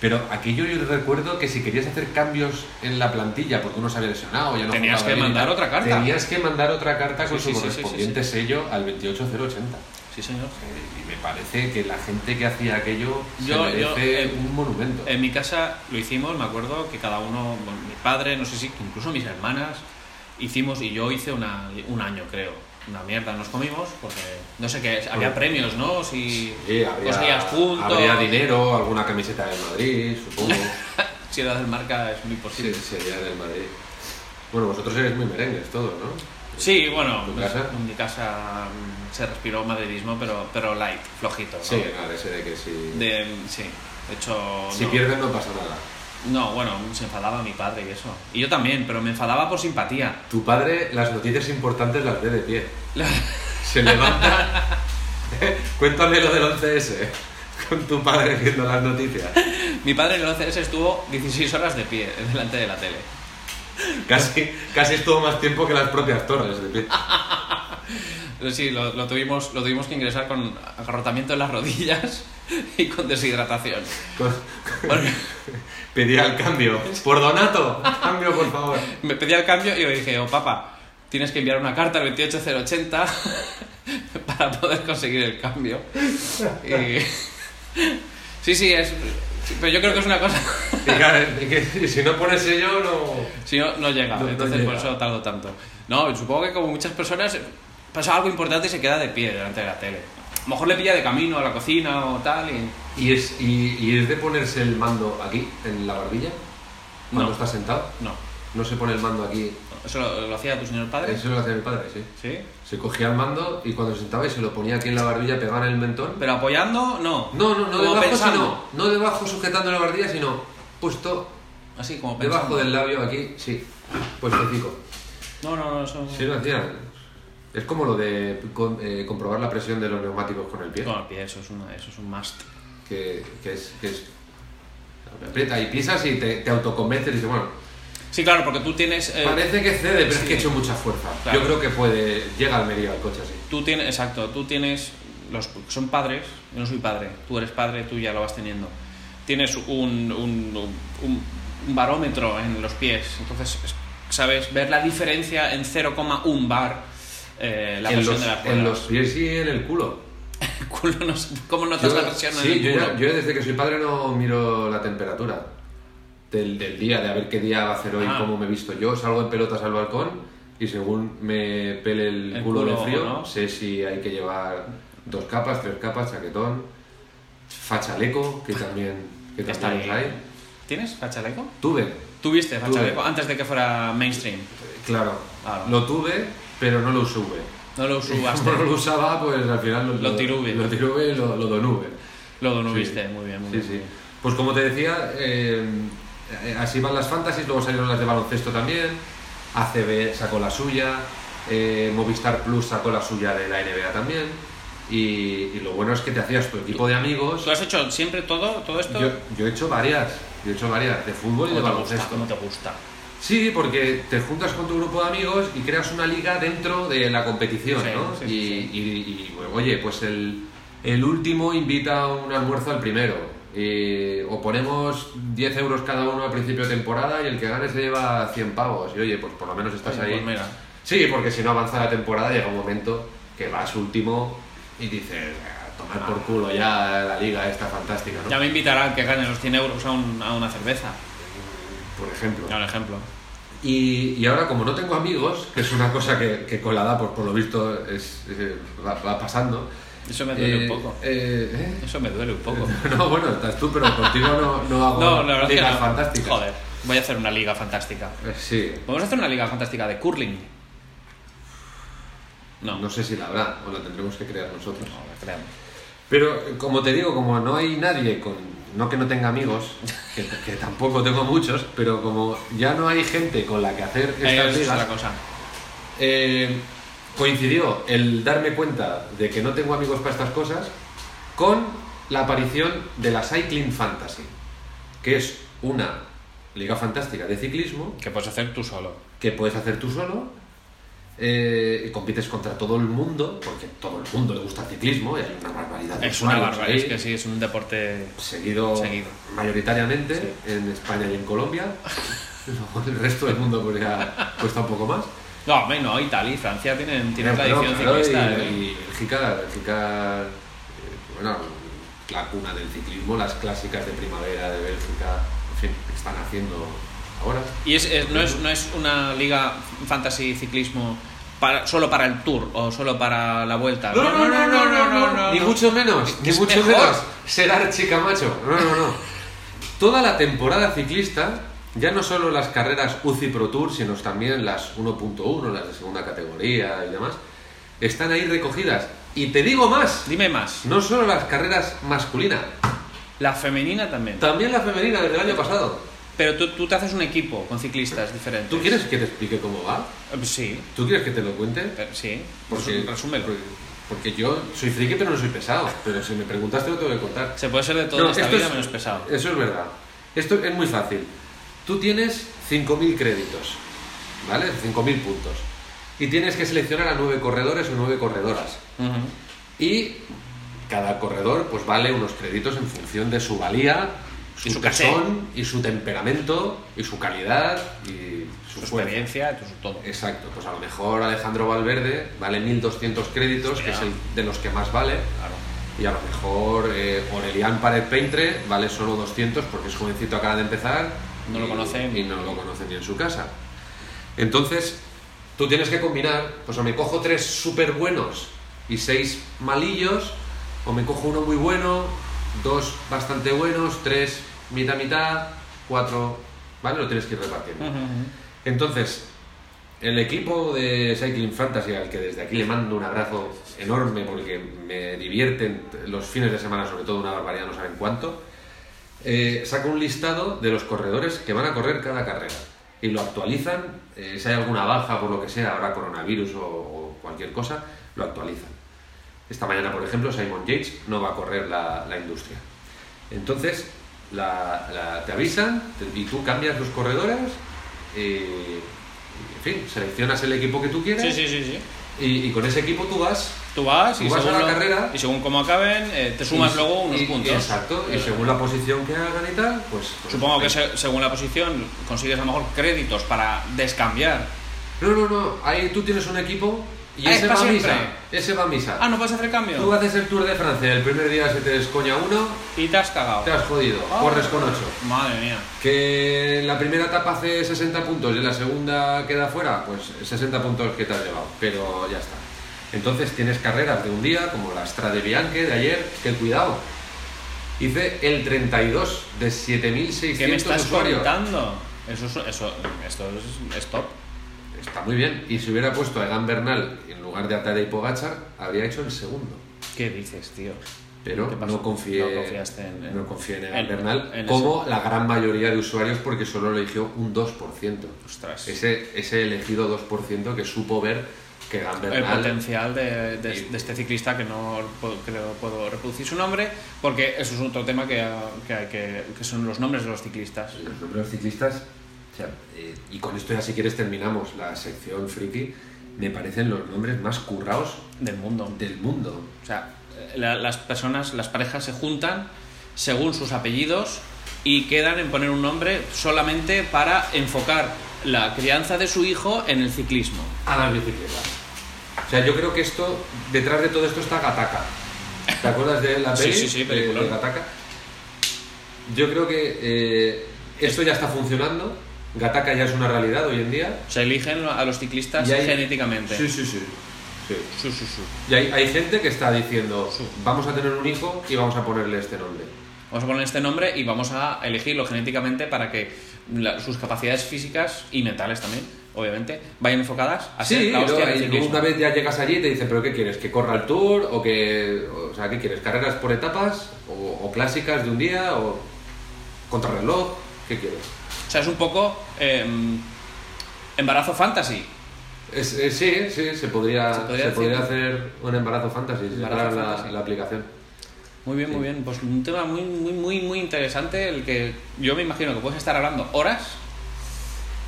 S2: Pero aquello yo recuerdo que si querías hacer cambios en la plantilla, porque uno se había lesionado, ya no
S1: Tenías
S2: jugaba
S1: que
S2: bien y
S1: mandar
S2: tal,
S1: otra carta.
S2: Tenías que mandar otra carta con
S1: Sí, sí, sí, sí,
S2: su
S1: sí,
S2: correspondiente sello al 28080.
S1: Sí, señor.
S2: Eh, Y me parece que la gente que hacía aquello
S1: Yo-
S2: se
S1: yo,
S2: merece
S1: eh,
S2: un monumento.
S1: En mi casa lo hicimos, me acuerdo que cada uno, bueno, mi padre, no sé si, incluso mis hermanas, hicimos y yo hice una, un año, creo. Una mierda, nos comimos porque no sé qué, es, había premios, ¿no? Si
S2: Sí, habría,
S1: dos días juntos,
S2: habría dinero, alguna camiseta de Madrid, supongo.
S1: si era de marca es muy
S2: sí,
S1: posible. Sí,
S2: sería del Madrid. Bueno, vosotros eres muy merengues todos, ¿no?
S1: bueno, pues,
S2: ¿Tu casa?
S1: en mi casa mm, se respiró madridismo, pero, pero light, flojito. ¿no?
S2: Sí, claro, ese de que si,
S1: De, sí, de hecho.
S2: si
S1: no.
S2: pierdes no pasa nada.
S1: No, bueno, se enfadaba mi padre y eso. Y yo también, pero me enfadaba por simpatía.
S2: Tu padre las noticias importantes las ve de pie. Se levanta... Cuéntame lo del 11S con tu padre viendo las noticias.
S1: Mi padre en el 11S estuvo 16 horas de pie delante de la tele.
S2: Casi, casi estuvo más tiempo que las propias torres de pie.
S1: Pero Sí, lo, lo tuvimos, lo tuvimos que ingresar con agarrotamiento en las rodillas y con deshidratación.
S2: Con-
S1: Porque
S2: Pedía el cambio. Por Donato, cambio por favor.
S1: me pedía el cambio y le dije, oh papá, tienes que enviar una carta al 28080 para poder conseguir el cambio. Y- Sí, sí, es... sí, Pero yo creo que es una cosa...
S2: Y claro, es que si no pones sello, no.
S1: Si no, no llega,
S2: No- no
S1: entonces por
S2: llega.
S1: eso tardó tanto. No, supongo que como muchas personas pasa algo importante y se queda de pie delante de la tele. A lo mejor le pilla de camino a la cocina o tal y...
S2: ¿Y es, y, y es de ponerse el mando aquí, en la barbilla? Cuando
S1: No.
S2: estás sentado.
S1: No,
S2: No se pone el mando aquí.
S1: ¿eso lo, lo hacía tu señor padre?
S2: Eso lo hacía mi padre, sí.
S1: Sí.
S2: Se cogía el mando y cuando se sentaba y se lo ponía aquí en la barbilla, pegaba en el mentón.
S1: Pero apoyando, no.
S2: No, no, no
S1: Como
S2: debajo,
S1: pensando.
S2: sino. No debajo sujetando la barbilla, sino puesto
S1: Así, como pensando. Oh.
S2: debajo del labio aquí, sí. Puestecico.
S1: No, no, no, eso...
S2: Sí, lo hacían. Es como lo de con- eh, comprobar la presión de los neumáticos con el pie.
S1: Con el pie, eso es, una, eso es un must.
S2: Que, que es. Que es aprieta y pisas y te, te autoconvences y dices, bueno,
S1: Sí, claro, porque tú tienes... eh,
S2: parece que cede, pero es
S1: sí.
S2: que he hecho mucha fuerza.
S1: Claro.
S2: Yo creo que puede. Llega al medio el coche así.
S1: Tú tienes, exacto, tú tienes, los son padres, yo no soy padre, tú eres padre, tú ya lo vas teniendo. Tienes un, un, un- un barómetro en los pies, entonces es- sabes ver la diferencia en 0,1 bar eh, la
S2: en,
S1: presión
S2: los,
S1: de la cuerda.
S2: en los pies y en el culo.
S1: El culo no sé- ¿Cómo notas
S2: Yo-
S1: la presión en
S2: sí,
S1: el
S2: yo,
S1: culo?
S2: ya- yo desde que soy padre no miro la temperatura del, del día, de a ver qué día va a hacer hoy,
S1: Ah.
S2: cómo me he visto. Yo salgo en pelotas al balcón y según me pele el,
S1: El
S2: culo, de
S1: culo,
S2: frío,
S1: ¿no?
S2: sé si hay que llevar dos capas, tres capas, chaquetón, fachaleco, que también, que
S1: Ya
S2: también
S1: está
S2: los
S1: ahí.
S2: hay.
S1: ¿Tienes fachaleco?
S2: Tuve,
S1: ¿Tuviste
S2: Tuve.
S1: fachaleco antes de que fuera mainstream?
S2: claro,
S1: Claro.
S2: lo tuve, pero no lo usube.
S1: No lo subaste,
S2: Como no lo usaba, pues al final lo,
S1: Lo tirube.
S2: Lo tirube y lo, lo donube.
S1: lo no
S2: Sí.
S1: viste, muy bien, muy
S2: Sí,
S1: bien.
S2: sí. Pues como te decía, eh, eh, así van las fantasies, luego salieron las de baloncesto también, ACB sacó la suya, eh, Movistar Plus sacó la suya de la NBA también, y, y lo bueno es que te hacías tu equipo de amigos.
S1: ¿Tú has hecho siempre todo, todo esto?
S2: Yo, yo he hecho varias, yo he hecho varias, de fútbol y de
S1: ¿Cómo te gusta?
S2: baloncesto.
S1: ¿Cómo te gusta?
S2: Sí, porque te juntas con tu grupo de amigos y creas una liga dentro de la competición,
S1: Sí,
S2: ¿no?
S1: sí,
S2: y, y- y, oye, pues el, el último invita a un almuerzo al primero. Eh, o ponemos 10 euros cada uno al principio de temporada y el que gane se lleva 100 pavos. Y oye, pues por lo menos estás
S1: Oye,
S2: ahí.
S1: pues mira.
S2: Sí, porque si no avanza la temporada llega un momento que vas último y dices, "A tomar por culo ya la liga esta fantástica, ¿no?
S1: Ya me invitarán que gane los 100 euros a, un- a una cerveza,
S2: Por ejemplo.
S1: ya un ejemplo.
S2: Y, y ahora, como no tengo amigos, que es una cosa que, que con la edad, pues, por lo visto, es, eh, va, va pasando.
S1: Eso me duele
S2: eh,
S1: un poco.
S2: eh,
S1: Eso me duele un poco.
S2: ¿eh? No, bueno, estás tú, pero contigo no, no hago
S1: No, la verdad es que
S2: ligas
S1: no.
S2: fantásticas.
S1: Joder, voy a hacer una liga fantástica.
S2: Eh, Sí,
S1: ¿Vamos a hacer una liga fantástica de curling? No.
S2: no sé si la habrá o la tendremos que crear nosotros.
S1: No, la creamos.
S2: Pero, eh, como te digo, como no hay nadie con. No que no tenga amigos, que, que tampoco tengo muchos, pero como ya no hay gente con la que hacer
S1: Eh,
S2: estas
S1: eso es
S2: ligas,
S1: otra cosa.
S2: Eh, coincidió el darme cuenta de que no tengo amigos para estas cosas con la aparición de la Cycling Fantasy, que es una liga fantástica de ciclismo
S1: Que puedes hacer tú solo.
S2: que puedes hacer tú solo. eh, y compites contra todo el mundo, porque todo el mundo le gusta el ciclismo y hay una ¿eh? barbaridad de
S1: Es una
S2: usuarios
S1: barbaridad, es
S2: ahí,
S1: que sí, es un deporte.
S2: seguido,
S1: Seguido.
S2: mayoritariamente
S1: Sí.
S2: en España y en Colombia. Luego el resto del mundo pues ya cuesta un poco más.
S1: No, hombre, no, Italia y Francia tienen, tienen
S2: No, pero
S1: tradición
S2: claro,
S1: ciclista.
S2: y-
S1: ¿eh?
S2: Y Bélgica, Bélgica, eh, bueno, la cuna del ciclismo, las clásicas de primavera de Bélgica, en fin, que están haciendo ahora.
S1: ¿Y es, es- no, es, no es una liga fantasy ciclismo para, solo para el Tour o solo para la Vuelta?
S2: Ni mucho menos, ni
S1: Es
S2: mucho
S1: mejor.
S2: menos. Será Chicamacho. No, no, no. Toda la temporada ciclista, ya no solo las carreras UCI Pro Tour, sino también las 1.1, las de segunda categoría y demás, están ahí recogidas. Y te digo más,
S1: Dime más.
S2: no solo las carreras masculinas,
S1: La femenina también.
S2: también la femenina desde el año pasado.
S1: Pero tú, tú te haces un equipo con ciclistas diferentes.
S2: ¿Tú quieres que te explique cómo va?
S1: Eh, Sí,
S2: ¿Tú quieres que te lo cuente?
S1: pero- sí.
S2: Porque-
S1: Resu- resúmelo.
S2: Porque, porque yo soy friki pero no soy pesado. Pero si me preguntaste lo tengo que contar.
S1: Se puede ser de todo
S2: No,
S1: en esta
S2: esto
S1: vida
S2: es-
S1: menos pesado.
S2: Eso es verdad. Esto es muy fácil. Tú tienes 5.000 créditos, ¿vale? 5.000 puntos. Y tienes que seleccionar a 9 corredores o 9 corredoras.
S1: Ujú.
S2: Y cada corredor pues vale unos créditos en función de su valía, su,
S1: Y su caché.
S2: tesón, y su temperamento, y su calidad, y su,
S1: Tu
S2: fuerza.
S1: experiencia, tu todo.
S2: Exacto, pues a lo mejor Alejandro Valverde vale 1.200 créditos, que es el de los que más vale.
S1: Claro.
S2: Y a lo mejor eh, Aurelian Pared Peintre vale solo 200 porque es jovencito, acaba de empezar.
S1: No lo
S2: y-
S1: conocen.
S2: Y no lo conocen ni en su casa. Entonces, tú tienes que combinar, pues o me cojo tres súper buenos y seis malillos, o me cojo uno muy bueno, dos bastante buenos, tres mitad mitad, cuatro... ¿Vale? Lo tienes que ir repartiendo.
S1: Ujú, ujú.
S2: Entonces, el equipo de Cycling Fantasy, al que desde aquí le mando un abrazo enorme porque me divierten los fines de semana, sobre todo una barbaridad, no saben cuánto, eh, saca un listado de los corredores que van a correr cada carrera y lo actualizan. eh, si hay alguna baja, por lo que sea, habrá coronavirus o, o cualquier cosa, lo actualizan. Esta mañana, por ejemplo, Simon Yates no va a correr la, la industria. Entonces, la- la- te avisan te- y tú cambias los corredores, eh, en fin, seleccionas el equipo que tú quieras
S1: Sí, sí, sí, sí.
S2: Y, y con ese equipo tú vas.
S1: Tú vas
S2: Tú
S1: y
S2: vas a
S1: según,
S2: la
S1: lo-
S2: carrera.
S1: y según cómo acaben, eh, te sumas
S2: y-
S1: luego unos
S2: y-
S1: puntos.
S2: Exacto, y
S1: Eh,
S2: según la posición que hagan y tal, pues... pues,
S1: Supongo que
S2: ahí
S1: se- según la posición consigues a lo mejor créditos para descambiar.
S2: No, no, no. Ahí tú tienes un equipo y
S1: Ah, es
S2: ese va
S1: pa'
S2: a
S1: siempre.
S2: misa. Ese va a misa.
S1: Ah, ¿no puedes hacer cambio?
S2: Tú haces el Tour de Francia, el primer día se te descoña uno,
S1: Y te has cagado.
S2: te has jodido.
S1: Ah.
S2: Corres con ocho.
S1: Madre mía.
S2: Que en la primera etapa hace 60 puntos y en la segunda queda fuera, pues 60 puntos que te has llevado. Pero ya está. Entonces tienes carreras de un día, como la Strade Bianche de ayer, que cuidado. Hice el 32 de 7.600
S1: ¿Qué me estás
S2: usuarios.
S1: contando? Eso, es- eso, esto es, es top.
S2: Está muy bien. Y si hubiera puesto a Egan Bernal en lugar de Atadei Pogachar, habría hecho el segundo.
S1: ¿Qué dices, tío?
S2: Pero
S1: ¿Qué pasó?
S2: no confié,
S1: No confiaste en- en-
S2: no confié en Egan
S1: en-
S2: Bernal,
S1: en ese.
S2: como la gran mayoría de usuarios, porque solo eligió un 2%.
S1: Ostras.
S2: Ese, ese elegido 2% que supo ver que Egan
S1: el
S2: Bernal...
S1: potencial de, de-
S2: Y-
S1: de este ciclista que no puedo, creo puedo reproducir su nombre, porque eso es otro tema que, que hay que, que son los nombres de los ciclistas.
S2: Los números ciclistas, o sea, eh, y con esto ya si quieres terminamos la sección friki, me parecen los nombres más currados
S1: Del mundo.
S2: del mundo.
S1: O sea, la- las personas, las parejas se juntan según sus apellidos y quedan en poner un nombre solamente para enfocar la crianza de su hijo en el ciclismo.
S2: a las bicicletas. O sea, yo creo que esto, detrás de todo esto está Gataca. ¿Te acuerdas de la
S1: Sí,
S2: peli?
S1: sí, sí,
S2: de-
S1: película.
S2: de Gataca. Yo creo que eh, esto ya está funcionando. Gataca ya es una realidad hoy en día.
S1: Se eligen a los ciclistas
S2: Y hay-
S1: genéticamente.
S2: Sí, sí, sí. Sí.
S1: Sí, sí, sí.
S2: Y hay, hay gente que está diciendo,
S1: Sí.
S2: vamos a tener un hijo y vamos a ponerle este nombre.
S1: Vamos a poner este nombre y vamos a elegirlo genéticamente para que la- sus capacidades físicas y mentales también, obviamente, vayan enfocadas a ser
S2: Sí,
S1: la hostia
S2: ¿no?
S1: del
S2: Y luego
S1: ciclismo.
S2: una vez ya llegas allí y te dicen, pero ¿qué quieres? ¿Que corra el tour? ¿O que, o sea, qué quieres? ¿Carreras por etapas? ¿O, o clásicas de un día? ¿O contrarreloj? ¿Qué quieres?
S1: O sea, es un poco eh, embarazo em, fantasy.
S2: Es- eh, sí, sí, se podría,
S1: Se
S2: se
S1: podría
S2: podría,
S1: decir.
S2: hacer un embarazo fantasy, si
S1: Embarazo
S2: sacaran la-
S1: fantasy.
S2: la aplicación.
S1: Muy bien, muy bien. Pues un tema muy, muy, muy, muy interesante, el que yo me imagino que puedes estar hablando horas.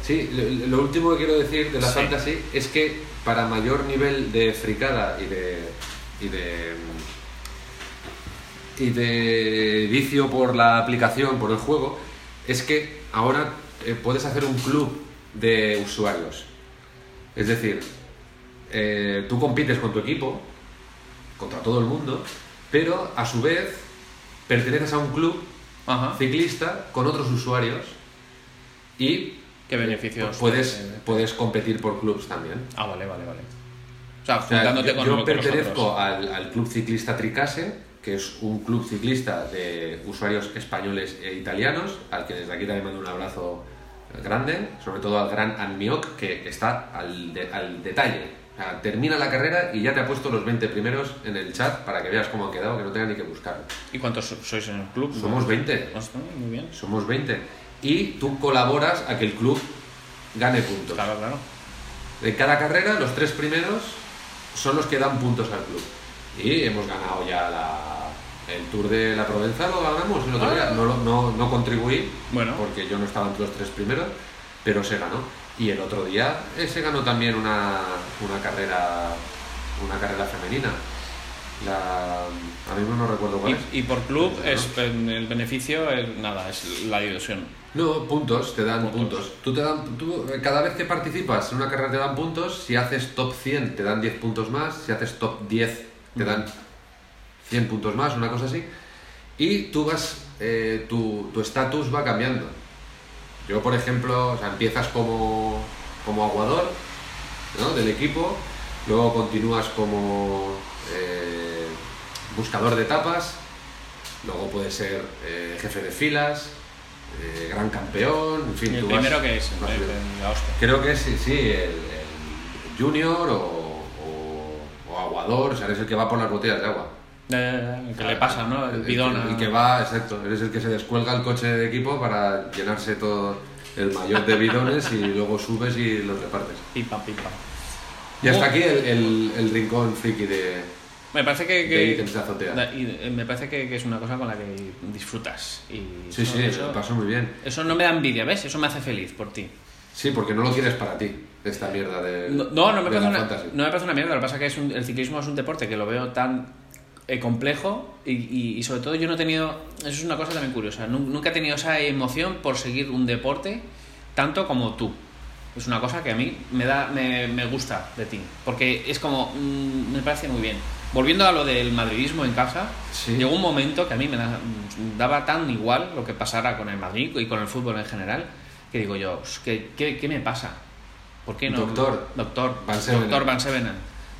S2: Sí, lo, lo último que quiero decir de la
S1: Sí.
S2: fantasy es que para mayor nivel de fricada y de. y de. y de vicio por la aplicación, por el juego, es que ahora eh, puedes hacer un club de usuarios. Es decir, eh, tú compites con tu equipo, contra todo el mundo, pero a su vez perteneces a un club
S1: Ajá.
S2: ciclista con otros usuarios y
S1: ¿Qué beneficios?
S2: Pues puedes,
S1: tiene?
S2: puedes competir por clubs también.
S1: Ah, vale, vale, vale. O sea,
S2: O sea,
S1: juntándote
S2: yo,
S1: con,
S2: yo
S1: con los otros.
S2: pertenezco al, al club ciclista Tricase, que es un club ciclista de usuarios españoles e italianos, al que desde aquí también mando un abrazo grande, sobre todo al gran Anmioc, que está al, de- al detalle. O sea, termina la carrera y ya te ha puesto los 20 primeros en el chat para que veas cómo han quedado, que no tenga ni que buscarlo.
S1: ¿Y cuántos so- sois en el club?
S2: Somos 20.
S1: Ostras, Muy bien.
S2: Somos 20. Y tú colaboras a que el club gane puntos.
S1: Claro, claro.
S2: De cada carrera, los tres primeros son los que dan puntos al club. Y hemos ganado ya la- el Tour de la Provenza, lo ganamos. el otro día. No, lo- no- no contribuí
S1: Ah. Bueno.
S2: porque yo no estaba entre los tres primeros, pero se ganó. Y el otro día eh, se ganó también una, una carrera una carrera femenina. La, a mí no recuerdo cuál es.
S1: Y, y por club
S2: Bueno.
S1: es en el beneficio es nada, es la diversión.
S2: No, puntos, te dan
S1: Puntos.
S2: puntos. Tú te dan, tú, eh, cada vez que participas en una carrera te dan puntos, si haces top 100 te dan 10 puntos más, si haces top 10 te dan 100 puntos más, una cosa así. Y tú vas, eh, tu tu estatus va cambiando. Yo, por ejemplo, o sea, empiezas como, como aguador ¿no? del equipo, luego continúas como eh, buscador de etapas, luego puedes ser eh, jefe de filas, eh, gran campeón, en fin.
S1: Y el
S2: tú vas-
S1: primero que es,
S2: vas
S1: el-
S2: bien.
S1: el- la hostia.
S2: Creo que sí, sí, el, el junior o, o- o aguador, o sea, eres el que va por las botellas de agua.
S1: Ya, ya, ya, el que le pasa, ¿no? El bidón.
S2: El,
S1: a-
S2: que va, exacto, eres el que se descuelga el coche de equipo para llenarse todo el mayor de bidones y luego subes y los repartes.
S1: Pipa, pipa.
S2: Y hasta aquí el, el- el rincón friki de,
S1: Me parece que...
S2: de
S1: que-
S2: ítems de azotea.
S1: da- y, eh, me parece que, que es una cosa con la que disfrutas. Y
S2: sí,
S1: eso-
S2: sí,
S1: eso,
S2: lo pasó muy bien.
S1: eso no me da envidia, ¿ves? Eso me hace feliz por ti.
S2: Sí, porque no lo quieres para ti, esta mierda de.
S1: No, no, no me,
S2: de
S1: parece
S2: la
S1: una,
S2: fantasy.
S1: no me parece una mierda. Lo que pasa es que es un- el ciclismo es un deporte que lo veo tan eh, complejo y, y- y sobre todo yo no he tenido. Eso es una cosa también curiosa. nu- Nunca he tenido esa emoción por seguir un deporte tanto como tú. Es una cosa que a mí me, da, me, me gusta de ti. Porque es como. mm, me parece muy bien. Volviendo a lo del madridismo en casa,
S2: Sí.
S1: llegó un momento que a mí me da- daba tan igual lo que pasara con el Madrid y con el fútbol en general, que digo yo, ¿qué, qué, qué me pasa? ¿Por qué no?
S2: Doctor.
S1: Doctor.
S2: Van Sevenen.
S1: Doctor Van Sevenen.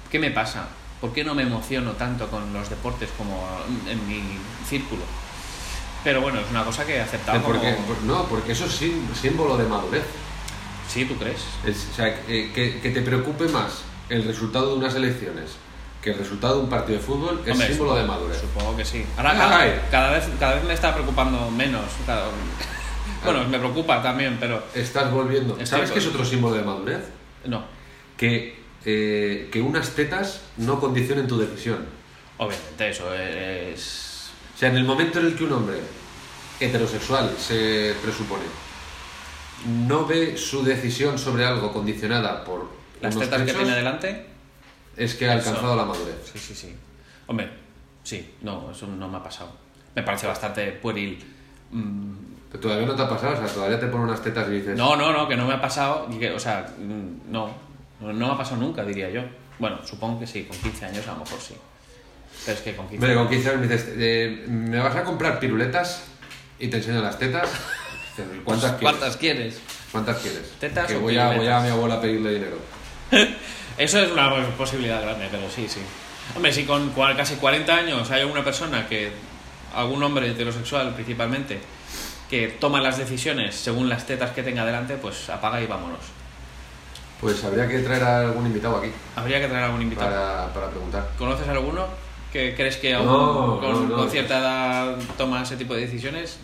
S1: ¿Qué me pasa? ¿Por qué no me emociono tanto con los deportes como en mi círculo? Pero bueno, es una cosa que he aceptado
S2: De Eh, porque-
S1: como-
S2: por- no, porque eso es sí- símbolo de madurez.
S1: Sí, ¿tú crees?
S2: Es- o sea, eh, que, que te preocupe más el resultado de unas elecciones que el resultado de un partido de fútbol es
S1: Hombre,
S2: símbolo de
S1: supongo-
S2: madurez.
S1: Supongo que sí. Ahora
S2: Ay.
S1: cada, cada vez, cada vez me está preocupando menos. cada- Bueno, me preocupa también, pero...
S2: Estás volviendo.
S1: Estoy
S2: ¿Sabes qué es
S1: volviendo.
S2: otro símbolo de madurez?
S1: No,
S2: Que, eh, que unas tetas no condicionen tu decisión.
S1: obviamente eso es...
S2: O sea, en el momento en el que un hombre heterosexual se presupone no ve su decisión sobre algo condicionada por
S1: Las
S2: unos
S1: tetas que
S2: pechos,
S1: tiene delante...
S2: es que ha
S1: Eso.
S2: alcanzado la madurez.
S1: Sí, sí, sí. Hombre, sí, no, eso no me ha pasado. Me parece bastante pueril. Mm,
S2: Pero todavía no te ha pasado, o sea, todavía te pone unas tetas y dices,
S1: No, no, no, que no me ha pasado. y que, o sea, mm, no, no, no me ha pasado nunca, diría yo. Bueno, supongo que sí, con 15 años a lo mejor sí. Pero es que con 15
S2: hombre, con
S1: años-
S2: 15 años me dices, eh, ¿me vas a comprar piruletas? Y te enseño las tetas. Dices, ¿Cuántas quieres?
S1: ¿Cuántas quieres?
S2: ¿Cuántas quieres?
S1: ¿Tetas
S2: que
S1: o
S2: voy a, voy a
S1: piruletas?
S2: mi abuela a pedirle dinero.
S1: Eso es una posibilidad grande, pero sí, sí. Hombre, si con cua- casi 40 años hay alguna persona que, algún hombre heterosexual principalmente, que toma las decisiones según las tetas que tenga delante, pues apaga y vámonos.
S2: Pues habría que traer a algún invitado aquí
S1: Habría que traer algún invitado.
S2: para, para preguntar.
S1: ¿Conoces alguno que crees que
S2: No,
S1: aún con,
S2: no, no.
S1: con cierta edad toma ese tipo de decisiones?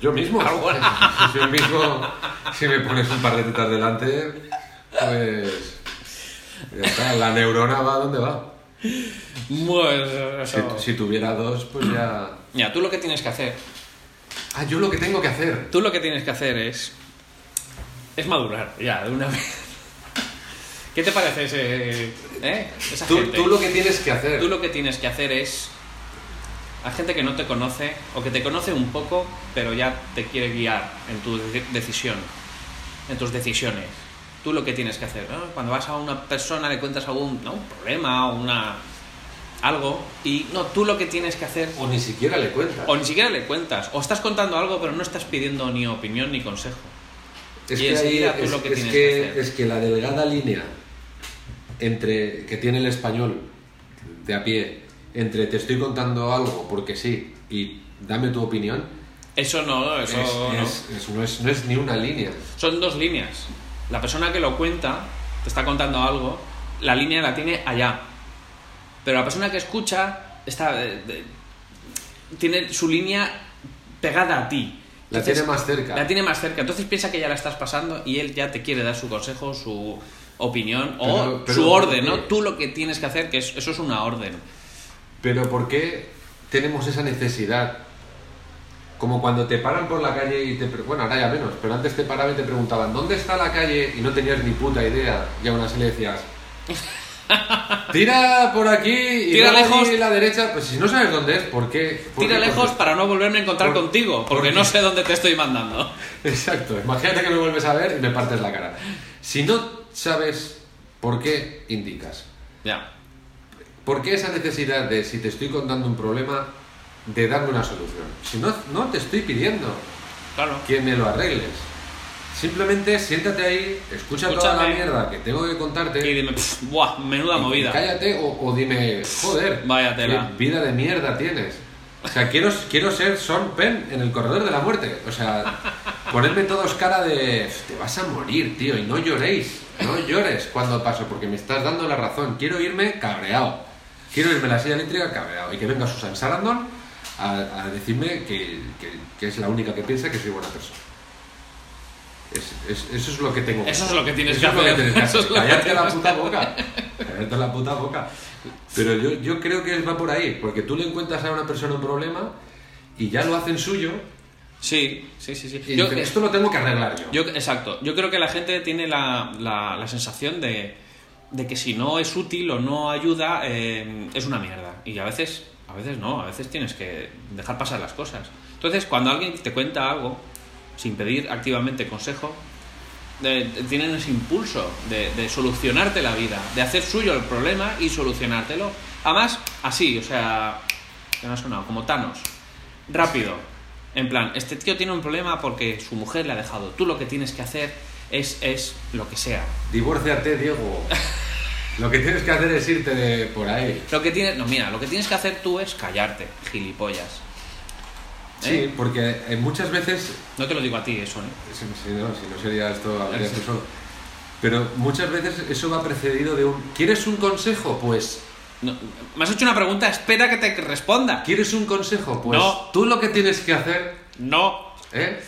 S2: Yo mismo.
S1: Ah, bueno.
S2: Yo mismo, si me pones un par de tetas delante, Pues. ya está, la neurona va donde va.
S1: Bueno,
S2: Si, si tuviera dos, pues ya.
S1: Mira, tú lo que tienes que hacer,
S2: Ah, yo lo que tengo que hacer.
S1: tú lo que tienes que hacer es es madurar, ya, de una vez. ¿Qué te parece ese, eh? Esa
S2: Tú,
S1: gente.
S2: tú lo que tienes que hacer.
S1: Tú lo que tienes que hacer es a gente que no te conoce o que te conoce un poco, pero ya te quiere guiar en tu de- decisión, en tus decisiones. Tú lo que tienes que hacer, ¿no? cuando vas a una persona le cuentas algún ¿no? un problema o una algo y no, tú lo que tienes que hacer
S2: O ni siquiera le cuentas.
S1: o ni siquiera le cuentas o estás contando algo pero no estás pidiendo ni opinión ni consejo.
S2: Es
S1: y
S2: que, ahí
S1: enseguida tú
S2: es,
S1: lo que
S2: es
S1: tienes
S2: que-
S1: que hacer.
S2: es que la delgada línea entre que tiene el español de a pie, entre te estoy contando algo porque sí y dame tu opinión,
S1: Eso no,
S2: es-
S1: eso no.
S2: es- es- no, es, no es ni una línea.
S1: son dos líneas. La persona que lo cuenta, te está contando algo, la línea la tiene allá. Pero la persona que escucha está, eh, de- tiene su línea pegada a ti.
S2: La
S1: Entonces,
S2: tiene más cerca.
S1: La tiene más cerca. Entonces piensa que ya la estás pasando y él ya te quiere dar su consejo, su opinión o
S2: Pero- pero-
S1: su orden, ¿no?
S2: eh,
S1: Tú lo que tienes que hacer, que es- eso es una orden.
S2: Pero ¿por qué tenemos esa necesidad? Como cuando te paran por la calle y te... pre- Bueno, ahora ya menos, pero antes te paraban y te preguntaban, ¿dónde está la calle? Y no tenías ni puta idea. Y aún así le decías, tira por aquí y
S1: Tira
S2: luego
S1: lejos.
S2: allí a la derecha. Pues si no sabes dónde es, ¿por qué? ¿Por
S1: Tira
S2: qué?
S1: lejos
S2: Porque-
S1: para no volverme a encontrar
S2: por-
S1: contigo, porque
S2: porque-
S1: no sé dónde te estoy mandando.
S2: Exacto. Imagínate que me vuelves a ver y me partes la cara. Si no sabes por qué, indicas.
S1: Ya.
S2: ¿Por qué esa necesidad de, si te estoy contando un problema, de darme una solución? Si no, no te estoy pidiendo
S1: Claro.
S2: que me lo arregles. Simplemente siéntate ahí, escucha toda la
S1: Escúchame.
S2: mierda que tengo que contarte.
S1: Y dime, "Pff, buah, menuda
S2: y- y
S1: movida.
S2: Cállate o, o dime, joder,
S1: Vaya tela.
S2: qué vida de mierda tienes. O sea, quiero, quiero ser Sean Penn en el corredor de la muerte. O sea, ponedme todos cara de, te vas a morir, tío, y no lloréis. No llores cuando paso, porque me estás dando la razón. Quiero irme cabreado. Quiero irme a la silla eléctrica cabreado. Y que venga Susan Sarandon a, a decirme que, que- que es la única que piensa que soy buena persona. Es- es- eso es lo que tengo
S1: Eso es lo que tienes
S2: eso
S1: que
S2: es lo que
S1: hacer.
S2: tienes
S1: Eso
S2: que hacer.
S1: es lo que
S2: Callarte la
S1: tienes
S2: puta boca. Callarte la puta boca. Pero yo, yo creo que va por ahí, porque tú le encuentras a una persona un problema y ya lo hacen suyo.
S1: Sí, sí, sí, sí.
S2: Y
S1: Yo,
S2: dicen, esto lo tengo que arreglar yo.
S1: yo- exacto. Yo creo que la gente tiene la, la- la sensación de, de que si no es útil o no ayuda, eh, es una mierda. Y a veces, a veces no, a veces tienes que dejar pasar las cosas. Entonces, cuando alguien te cuenta algo, sin pedir activamente consejo, de- de- tienen ese impulso de, de solucionarte la vida, de hacer suyo el problema y solucionártelo. Además, así, o sea, que no ha sonado, como Thanos. Rápido. En plan, este tío tiene un problema porque su mujer le ha dejado. Tú lo que tienes que hacer es, es lo que sea.
S2: Divórciate, Diego. Lo que tienes que hacer es irte de por ahí.
S1: Lo que tienes, no, mira, lo que tienes que hacer tú es callarte, gilipollas.
S2: Sí, porque eh, muchas veces
S1: No te lo digo a ti eso, ¿eh?
S2: Si, si no, si no sería esto, habría tú solo. Pero muchas veces eso va precedido de un. ¿Quieres un consejo? Pues.
S1: No, me has hecho una pregunta, espera que te responda.
S2: ¿Quieres un consejo? Pues.
S1: No.
S2: Tú lo que tienes que hacer.
S1: No.
S2: ¿Eh?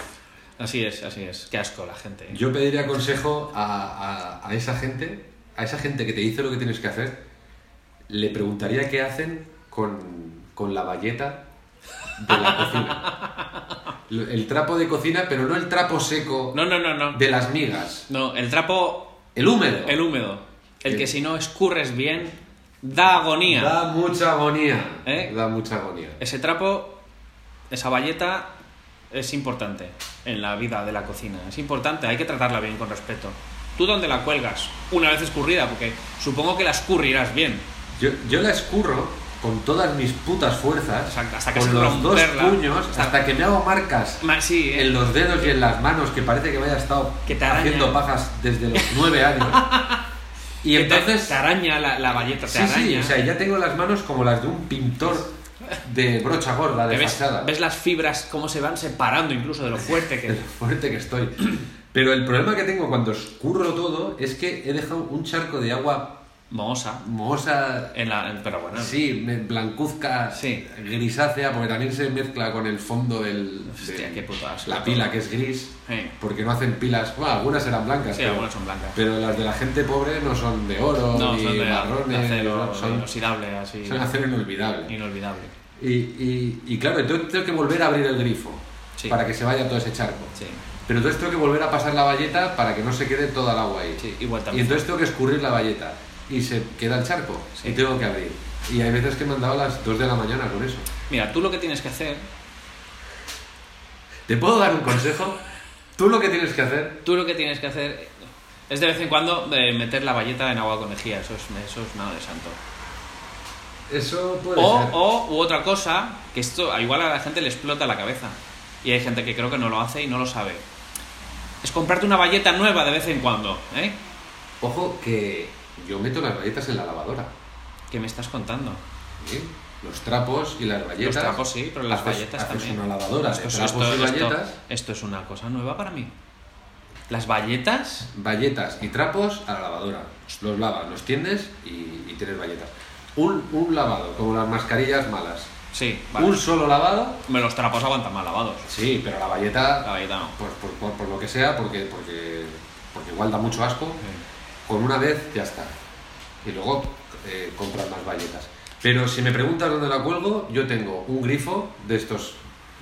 S1: Así es, así es. Qué asco la gente. ¿eh?
S2: Yo pediría consejo a, a- a esa gente, a esa gente que te dice lo que tienes que hacer, le preguntaría qué hacen con, con la valleta de la cocina. Lo- El trapo de cocina, pero no el trapo seco
S1: No, no, no, no.
S2: de las migas.
S1: No, el trapo
S2: El húmedo.
S1: El húmedo. El
S2: Sí.
S1: que si no escurres bien, da agonía.
S2: Da mucha agonía.
S1: ¿Eh?
S2: Da mucha agonía.
S1: Ese trapo, esa valleta, es importante en la vida de la cocina. Es importante, hay que tratarla bien con respeto. ¿Tú dónde la cuelgas? Una vez escurrida, porque supongo que la escurrirás bien.
S2: Yo, yo la escurro con todas mis putas fuerzas,
S1: Hasta- hasta que
S2: con
S1: se
S2: los dos
S1: romperla.
S2: puños, hasta que me hago marcas
S1: Ma- Sí, ¿eh?
S2: en los dedos y en las manos que parece que me haya estado
S1: Que te araña.
S2: haciendo pajas desde los nueve años. Y
S1: Que te-
S2: entonces...
S1: Te araña la, la valleta, te
S2: sí,
S1: araña.
S2: sí, o sea, ya tengo las manos como las de un pintor de brocha gorda,
S1: Te
S2: de
S1: ves,
S2: fachada.
S1: ves las fibras cómo se van separando incluso de lo fuerte que
S2: El fuerte que estoy. Pero el problema que tengo cuando escurro todo es que he dejado un charco de agua
S1: mohosa.
S2: mohosa,
S1: En la, en- pero bueno,
S2: sí, me- blancuzca,
S1: Sí.
S2: grisácea, porque también se mezcla con el fondo del...
S1: Hostia,
S2: del-
S1: qué puto asco.
S2: La pila que es gris,
S1: Sí.
S2: porque no hacen pilas, bueno, algunas eran blancas,
S1: Sí,
S2: pero,
S1: algunas son blancas.
S2: pero las de la gente pobre no son de oro,
S1: no,
S2: ni
S1: son de, de
S2: marrones,
S1: acero,
S2: son,
S1: inoxidable, así.
S2: son acero inolvidable.
S1: Inolvidable.
S2: Y, y- y claro, entonces tengo que volver a abrir el grifo
S1: Sí.
S2: para que se vaya todo ese charco.
S1: Sí.
S2: Pero entonces tengo que volver a pasar la valleta para que no se quede toda el agua ahí.
S1: Sí, igual
S2: Y
S1: también.
S2: entonces tengo que escurrir la valleta y se queda el charco
S1: Sí.
S2: y tengo que abrir. Y hay veces que me han dado las 2 de la mañana con eso.
S1: Mira, tú lo que tienes que hacer,
S2: ¿Te puedo dar un consejo? Tú lo que tienes que hacer,
S1: tú lo que tienes que hacer es de vez en cuando eh, meter la valleta en agua con lejía, eso es, eso es nada de santo.
S2: eso puede
S1: O,
S2: ser.
S1: o u otra cosa, que esto a igual a la gente le explota la cabeza. Y hay gente que creo que no lo hace y no lo sabe. Es comprarte una valleta nueva de vez en cuando, ¿eh?
S2: Ojo que yo meto las galletas en la lavadora.
S1: ¿Qué me estás contando?
S2: ¿sí? Los trapos y las galletas.
S1: Los trapos sí, pero las
S2: Haces-
S1: galletas
S2: haces
S1: también.
S2: una lavadora de
S1: Esto, es-
S2: trapos
S1: esto-
S2: y
S1: esto-
S2: galletas.
S1: esto es una cosa nueva para mí. Las valletas,
S2: Valletas y trapos a la lavadora. Los lavas, los tiendes y, y tienes valletas. Un, un lavado, como las mascarillas malas.
S1: sí, vale.
S2: Un solo lavado.
S1: Me los trapos aguantan más lavados.
S2: Sí, pero la valleta,
S1: La valleta no.
S2: pues, por, por- por lo que sea, porque, porque, porque igual da mucho asco,
S1: Sí.
S2: con una vez ya está. Y luego eh, compras más valletas. Pero si me preguntas dónde la cuelgo, yo tengo un grifo de estos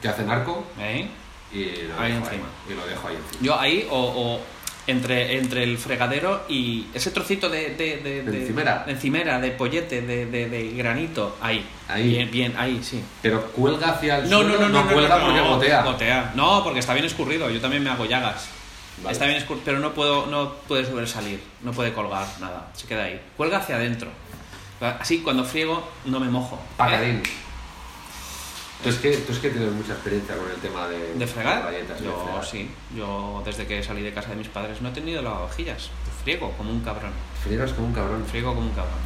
S2: que hacen arco
S1: ¿Eh?
S2: y lo,
S1: Ahí
S2: dejo,
S1: encima.
S2: Ahí, y lo dejo ahí encima.
S1: Yo ahí o, o entre, entre el fregadero y ese trocito de... De, de,
S2: De encimera.
S1: De encimera, de pollete, de, de, de granito, ahí.
S2: Ahí.
S1: Bien, bien, ahí, sí.
S2: Pero cuelga hacia el
S1: No, no, no,
S2: suelo,
S1: no, no,
S2: cuelga
S1: no,
S2: porque
S1: no,
S2: gotea.
S1: No, porque está bien escurrido, yo también me hago llagas.
S2: Vale.
S1: Está bien escurrido, pero no, puedo, no puede sobresalir, no puede colgar nada, se queda ahí. Cuelga hacia adentro. Así cuando friego no me mojo. ¿eh?
S2: Pacadín. Tú es, que, tú es que tienes mucha experiencia con el tema de,
S1: ¿De
S2: de
S1: fregar?
S2: galletas y de
S1: Yo
S2: fregar.
S1: sí. Yo desde que salí de casa de mis padres no he tenido lavavajillas. Friego como un cabrón.
S2: Friegas como un cabrón.
S1: Friego como un cabrón.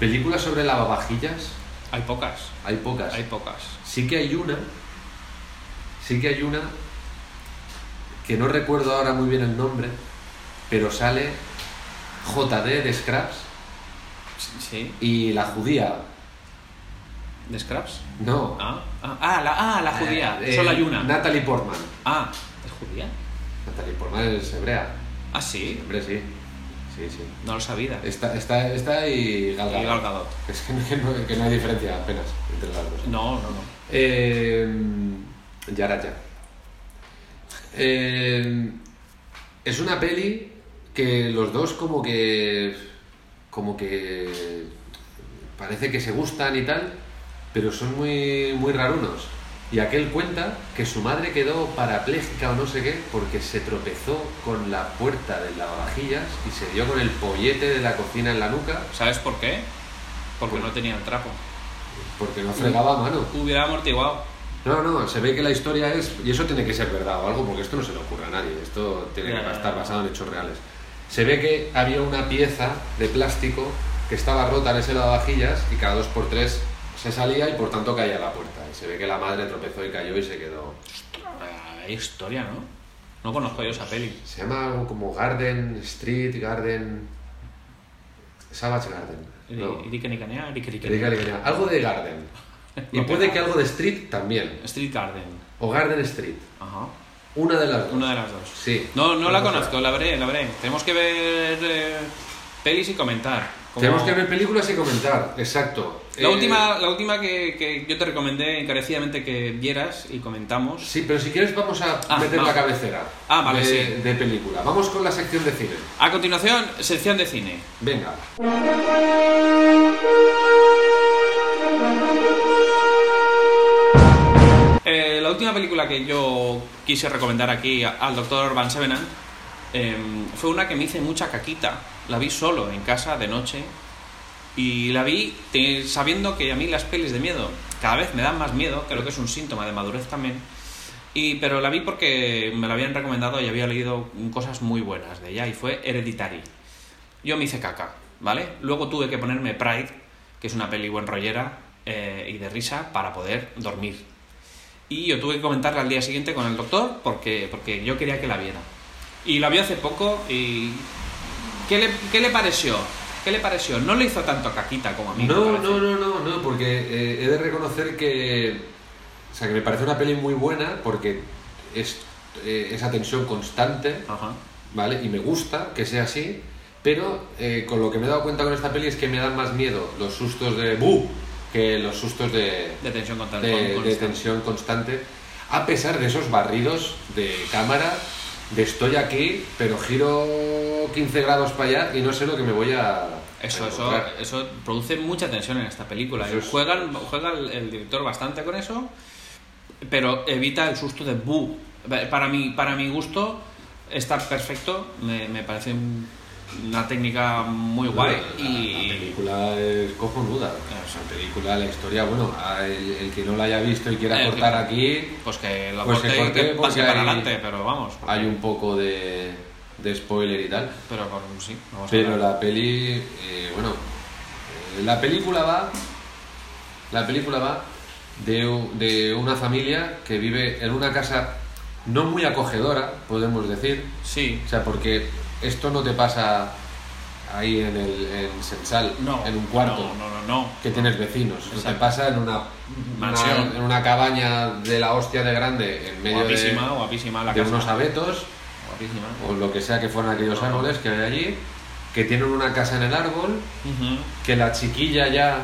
S2: Películas sobre lavavajillas
S1: Hay pocas.
S2: hay pocas.
S1: Hay pocas.
S2: Sí que hay una, sí que hay una que no recuerdo ahora muy bien el nombre, pero sale JD de Scraps
S1: Sí.
S2: y la judía.
S1: ¿De scraps?
S2: No.
S1: Ah, ah, ah, la, ah, la judía.
S2: Eh,
S1: Solo hay una.
S2: Natalie Portman.
S1: Ah, ¿es judía?
S2: Natalie Portman es hebrea.
S1: Ah, sí.
S2: Hombre, sí. Sí, sí.
S1: No lo sabía.
S2: Está, está, está y Gal Gadot.
S1: Y Gal Gadot.
S2: Es que no, que no- que no hay diferencia apenas entre las dos.
S1: No, no, no.
S2: Eh, Yaraya. Eh, es una peli que los dos como que... Como que... Parece que se gustan y tal, pero son muy, muy rarunos. Y aquel cuenta que su madre quedó parapléjica o no sé qué porque se tropezó con la puerta del lavavajillas y se dio con el pollete de la cocina en la nuca
S1: ¿Sabes por qué? Porque no tenía el trapo.
S2: porque no fregaba a mano.
S1: Hubiera amortiguado.
S2: No, no, se ve que la historia es, y eso tiene que ser verdad o algo, porque esto no se le ocurre a nadie, esto tiene
S1: Ya, ya,
S2: que
S1: ya.
S2: estar basado en hechos reales. Se ve que había una pieza de plástico que estaba rota en ese lavavajillas y cada dos por tres se salía y por tanto caía a la puerta. Y se ve que la madre tropezó y cayó y se quedó.
S1: Ah, Hay historia, ¿no? No conozco yo esa peli.
S2: Se llama algo como Garden Street, Garden. Savage Garden. No.
S1: Irikenicanea,
S2: Erika
S1: Irikenicanea.
S2: Leguina. Algo de Garden. Y
S1: No
S2: puede
S1: pega.
S2: que algo de Street también.
S1: Street Garden.
S2: O Garden Street.
S1: Ajá.
S2: Una de las dos.
S1: Una de las dos.
S2: Sí.
S1: No, no la
S2: Una de las dos.
S1: conozco, la veré, la veré. Tenemos que ver eh, pelis y comentar. Como-
S2: Tenemos que ver películas y comentar, exacto.
S1: La
S2: Eh,
S1: última, la última que, que yo te recomendé encarecidamente que vieras y comentamos.
S2: Sí, pero si quieres vamos a
S1: Ah,
S2: meter
S1: no.
S2: la cabecera
S1: Ah, vale,
S2: de,
S1: sí.
S2: de película. Vamos con la sección de cine.
S1: A continuación, sección de cine.
S2: Venga.
S1: Eh, la última película que yo quise recomendar aquí a- al doctor Van Sevenant em, fue una que me hice mucha caquita. La vi solo en casa de noche y la vi te- sabiendo que a mí las pelis de miedo cada vez me dan más miedo, creo que es un síntoma de madurez también. Y, pero la vi porque me la habían recomendado y había leído cosas muy buenas de ella y fue Hereditary. Yo me hice caca, ¿vale? Luego tuve que ponerme Pride, que es una peli buen rollera eh, y de risa, para poder dormir. Y yo tuve que comentarla al día siguiente con el doctor porque, porque yo quería que la viera. Y la vi hace poco y... ¿Qué le, qué le pareció? ¿Qué le pareció? No le hizo tanto caquita como a mí. me
S2: No,
S1: parece.
S2: no, no, no, no, porque eh, he de reconocer que. O sea, que me parece una peli muy buena porque es eh, esa tensión constante,
S1: Ajá.
S2: ¿vale? Y me gusta que sea así, pero eh, con lo que me he dado cuenta con esta peli es que me dan más miedo los sustos de bu que los sustos de,
S1: De tensión contra
S2: de- de tensión constante, a pesar de esos barridos de cámara, de estoy aquí, pero giro 15 grados para allá y no sé lo que me voy a...
S1: Eso,
S2: a
S1: eso,
S2: encontrar.
S1: eso produce mucha tensión en esta película.
S2: Eso es.
S1: Juegan- juega el, el director bastante con eso, pero evita el susto de bu. Para mi, para mi gusto está perfecto, me, me parece un- una técnica muy guay.
S2: La,
S1: y
S2: la película es cojonuda. O sea, la película, la historia, bueno, a el, el que no la haya visto y quiera
S1: Eh,
S2: cortar
S1: que-
S2: aquí,
S1: Pues que lo
S2: Pues
S1: corte
S2: que
S1: y
S2: corte
S1: que pase
S2: porque
S1: para
S2: hay-
S1: adelante, pero vamos.
S2: hay un poco de, de spoiler y tal.
S1: Pero con- sí, vamos a
S2: Pero
S1: ver.
S2: la peli, eh, bueno, eh, la película va, la película va de, u- de una familia que vive en una casa no muy acogedora, podemos decir,
S1: Sí,
S2: o sea, porque esto no te pasa ahí en el en Sensal,
S1: no.
S2: en un cuarto.
S1: No, no, no. no.
S2: que tienes vecinos. Eso te
S1: Exacto.
S2: pasa en una,
S1: Mansión.
S2: una- en una cabaña de la hostia de grande en medio de,
S1: guapísima, guapísima la
S2: de
S1: casa.
S2: unos abetos
S1: Guapísima.
S2: o lo que sea que fueran aquellos árboles que hay allí, que tienen una casa en el árbol,
S1: Ujú.
S2: que la chiquilla ya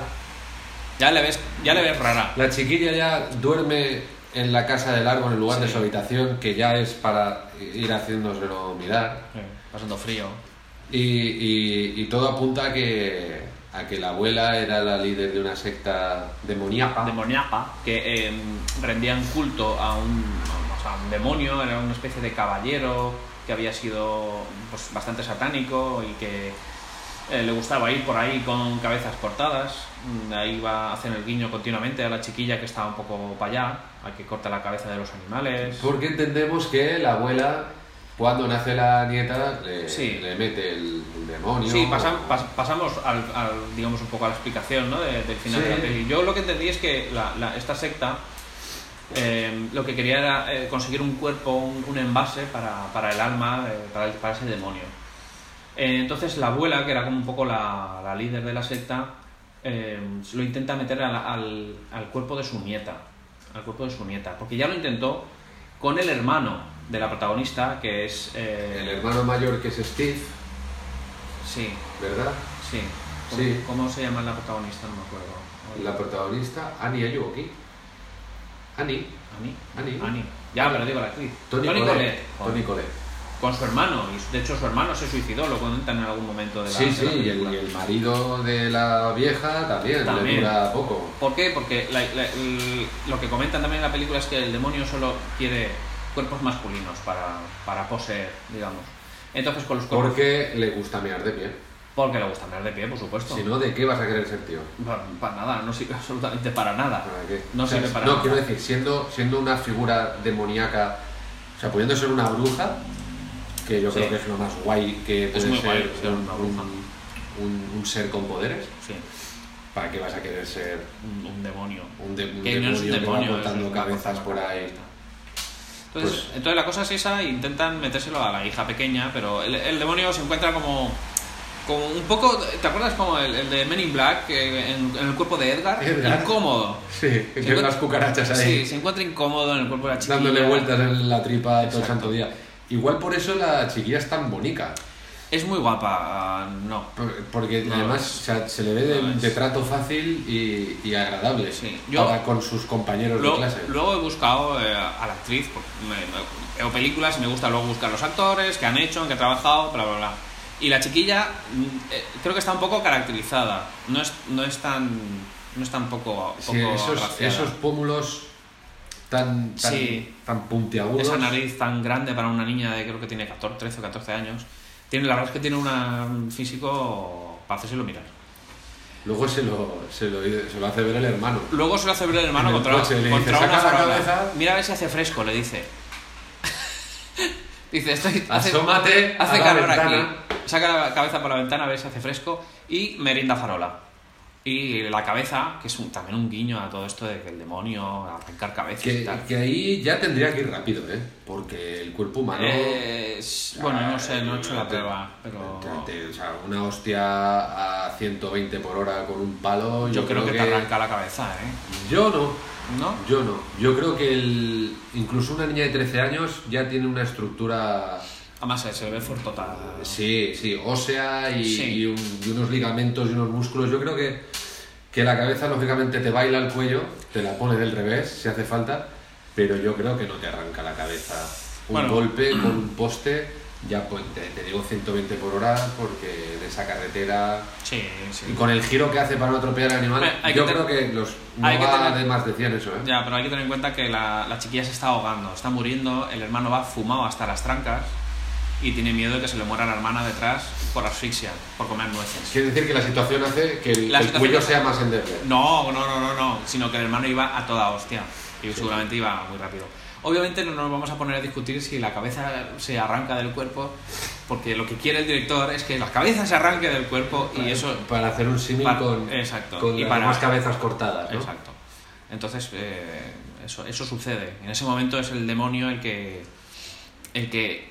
S1: Ya le ves, ya le ves rara.
S2: la chiquilla ya duerme en la casa del árbol en lugar de
S1: Sí.
S2: su habitación, que ya es para ir haciéndoselo mirar.
S1: Sí, Pasando frío.
S2: Y, y- y todo apunta a que, a que la abuela era la líder de una secta demoníaca.
S1: Demoniapa. Que eh, rendían culto a un, o sea, a un demonio, era una especie de caballero que había sido pues, bastante satánico y que eh, le gustaba ir por ahí con cabezas cortadas. Mm, Ahí va, hacen el guiño continuamente a la chiquilla que estaba un poco para allá, a que corta la cabeza de los animales.
S2: Porque entendemos que la abuela, cuando nace la nieta, le,
S1: Sí.
S2: le mete el, el demonio.
S1: Sí, pasan- pas- pasamos al, al- digamos un poco a la explicación ¿no? de- del final
S2: Sí.
S1: de la peli. Yo lo que entendí es que la- la- esta secta eh, lo que quería era eh, conseguir un cuerpo, un, un envase para, para el alma, eh, para, para ese demonio. Eh, entonces la abuela, que era como un poco la, la líder de la secta, eh, lo intenta meter a la- al, al cuerpo de su nieta. Al cuerpo de su nieta. Porque ya lo intentó con el hermano de la protagonista, que es... eh,
S2: El hermano mayor que es Steve,
S1: sí,
S2: ¿verdad?
S1: Sí. ¿Cómo,
S2: Sí.
S1: cómo se llama la protagonista? No me acuerdo.
S2: La protagonista, Annie Ayuoki. Annie,
S1: ¿Ani?
S2: Ani.
S1: Ani. Ya, pero digo la actriz.
S2: Tony,
S1: Toni
S2: Collette.
S1: Collette.
S2: Toni Collette.
S1: Con su hermano. Y de hecho, su hermano se suicidó, lo cuentan en algún momento de la
S2: Sí,
S1: de
S2: sí,
S1: la
S2: y el,
S1: película.
S2: y el marido de la vieja también, le
S1: También.
S2: dura poco.
S1: ¿Por qué? Porque la- la- el- lo que comentan también en la película es que el demonio solo quiere cuerpos masculinos para, para poseer, digamos. Entonces, con los cuerpos.
S2: Porque le gusta mear de pie.
S1: Porque le gusta andar de pie, por supuesto.
S2: Si no, ¿de qué vas a querer ser tío?
S1: Para, para nada, no sirve absolutamente para nada.
S2: ¿Para qué?
S1: No
S2: O sea,
S1: sirve para
S2: no,
S1: nada.
S2: quiero decir, siendo, siendo una figura demoníaca, o sea, pudiendo ser una bruja, que yo
S1: Sí.
S2: creo que es lo más guay que puede
S1: muy
S2: ser,
S1: guay ser
S2: un,
S1: una bruja.
S2: un- un- un ser con poderes,
S1: Sí,
S2: ¿para qué vas a querer ser
S1: un- un demonio.
S2: un, de- un
S1: Que no es
S2: demonio
S1: un
S2: que va
S1: demonio,
S2: cortando
S1: eso es una
S2: cabezas
S1: cosa
S2: por
S1: bastante
S2: ahí?
S1: correcta. Entonces,
S2: Pues-
S1: entonces la cosa es esa, intentan metérselo a la hija pequeña, pero el, el demonio se encuentra como, como un poco, ¿te acuerdas como el, el de Men in Black eh, en, en el cuerpo de Edgar?
S2: Edgar.
S1: Incómodo.
S2: Sí,
S1: Se
S2: que
S1: encuent-
S2: las cucarachas ahí,
S1: pues, Sí, se encuentra incómodo en el cuerpo de la chica.
S2: dándole vueltas en la tripa todo el
S1: Exacto.
S2: santo día. Igual por eso la chiquilla es tan bonita.
S1: Es muy guapa, ah, no.
S2: Por- Porque
S1: No,
S2: además
S1: es-
S2: o sea, se le ve de,
S1: no, es-
S2: de trato fácil y, y agradable
S1: Sí. Yo-
S2: para con sus compañeros
S1: Luego,
S2: de clase.
S1: luego he buscado eh, a la actriz, porque me- me- veo películas y me gusta luego buscar los actores, que han hecho, en qué han trabajado, bla, bla, bla. Y la chiquilla mm, eh, creo que está un poco caracterizada, no es, no es tan... No es tan poco, poco
S2: Sí, esos,
S1: agraciada.
S2: esos pómulos tan, tan,
S1: Sí.
S2: tan puntiagudos.
S1: Esa nariz tan grande para una niña de creo que tiene 14, 13 o 14 años. Tiene, la verdad es que tiene una- un físico para hacérselo mirar.
S2: Luego se lo, se, lo, se lo hace ver el hermano.
S1: Luego se lo hace ver el hermano
S2: En el
S1: contra,
S2: coche, le
S1: contra
S2: dice,
S1: una
S2: "Saca la
S1: farola".
S2: cabeza.
S1: Mira a ver si hace fresco, le dice. dice, estoy, hace,
S2: Asómate
S1: hace
S2: a la
S1: calor
S2: ventana.
S1: aquí. Saca la cabeza por la ventana a ver si hace fresco y merienda farola. Y la cabeza, que es un- también un guiño a todo esto de que el demonio, arrancar cabezas y
S2: Que,
S1: tal.
S2: que ahí ya tendría que ir rápido, ¿eh? Porque el cuerpo humano.
S1: Eh, es- bueno, no sé, no he hecho la
S2: te-
S1: prueba, pero-
S2: te- te- o sea, una hostia a 120 por hora con un palo.
S1: Yo, creo, que, te arranca la cabeza, ¿eh?
S2: Yo no.
S1: ¿No?
S2: Yo no. Yo creo que el, incluso una niña de 13 años ya tiene una estructura.
S1: Además, eh, se ve fortotada.
S2: Sí, sí, ósea y,
S1: Sí.
S2: y un- y unos ligamentos y unos músculos. Yo creo que, que la cabeza, lógicamente, te baila el cuello, te la pone del revés si hace falta, pero yo creo que no te arranca la cabeza. Un
S1: Bueno.
S2: golpe con un poste, ya pues, te, te digo 120 por hora, porque de esa carretera.
S1: Sí,
S2: Y
S1: sí.
S2: con el giro que hace para no atropellar al animal,
S1: Eh, hay
S2: yo
S1: que
S2: creo
S1: tener-
S2: que los, no
S1: hay que
S2: va
S1: tener-
S2: de más de 100 eso, ¿eh?
S1: Ya, pero hay que tener en cuenta que la, la chiquilla se está ahogando, está muriendo, el hermano va fumado hasta las trancas y tiene miedo de que se le muera la hermana detrás por asfixia, por comer nueces.
S2: Quiere decir que la situación hace que el,
S1: La
S2: el
S1: situación-
S2: cuello sea más endeble.
S1: No, no, no, no, no, sino que el hermano iba a toda hostia y seguramente iba muy rápido. Obviamente no nos vamos a poner a discutir si la cabeza se arranca del cuerpo, porque lo que quiere el director es que la cabeza se arranque del cuerpo y eso...
S2: para hacer un símil
S1: para-
S2: con,
S1: exacto,
S2: con
S1: y
S2: las
S1: para-
S2: demás cabezas cortadas, ¿no?
S1: Exacto. Entonces, eh, eso, eso sucede. En ese momento es el demonio el que... El que...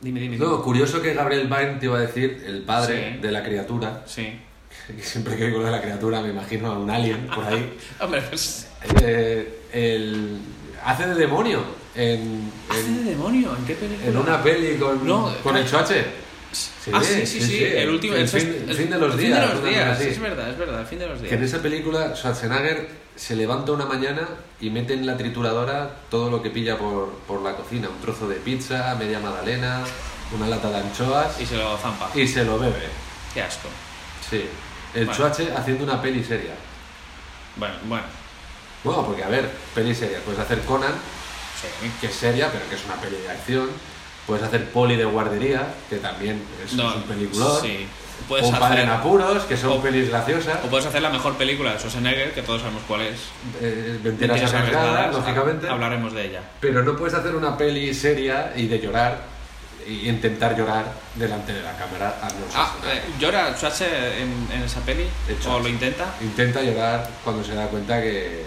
S1: Dime, dime. dime.
S2: No, curioso que Gabriel Byrne te iba a decir, el padre
S1: Sí.
S2: de la criatura,
S1: Sí.
S2: que siempre que digo lo de la criatura me imagino a un alien por ahí,
S1: Hombre, pues...
S2: eh, el- hace de demonio en,
S1: ¿Hace
S2: en,
S1: de demonio? ¿En qué película?
S2: en una peli con,
S1: No,
S2: con el Choache.
S1: ah, sí, sí, sí, El último...
S2: el,
S1: el
S2: fin,
S1: sexto-
S2: el fin de los
S1: el
S2: días.
S1: Fin de los
S2: una cosa
S1: días,
S2: así.
S1: es verdad, es verdad. El fin de los días.
S2: Que en esa película Schwarzenegger se levanta una mañana y mete en la trituradora todo lo que pilla por, por la cocina. Un trozo de pizza, media magdalena, una lata de anchoas
S1: Y se lo zampa.
S2: y se lo bebe.
S1: Qué asco.
S2: Sí. El
S1: Bueno.
S2: Chuache haciendo una peli seria.
S1: Bueno, bueno.
S2: Bueno, porque a ver, peli seria. Puedes hacer Conan,
S1: Sí.
S2: que es seria, pero que es una peli de acción. Puedes hacer Poli de guardería, que también es,
S1: No,
S2: es un peliculón.
S1: Sí.
S2: o
S1: Puedes
S2: Padre en
S1: hacer,
S2: apuros, que son
S1: o-
S2: pelis graciosas.
S1: o puedes hacer la mejor película de Schwarzenegger, que todos sabemos cuál es.
S2: eh, mentiras
S1: Mentiras
S2: arriesgadas,
S1: arriesgadas,
S2: lógicamente.
S1: ha- Hablaremos de ella.
S2: Pero no puedes hacer una peli seria y de llorar y intentar llorar delante de la cámara. Arnold
S1: Ah,
S2: Schwarzenegger.
S1: eh, ¿llora Schwarzenegger en, en esa peli?
S2: De hecho,
S1: ¿O lo intenta?
S2: Intenta llorar cuando se da cuenta que,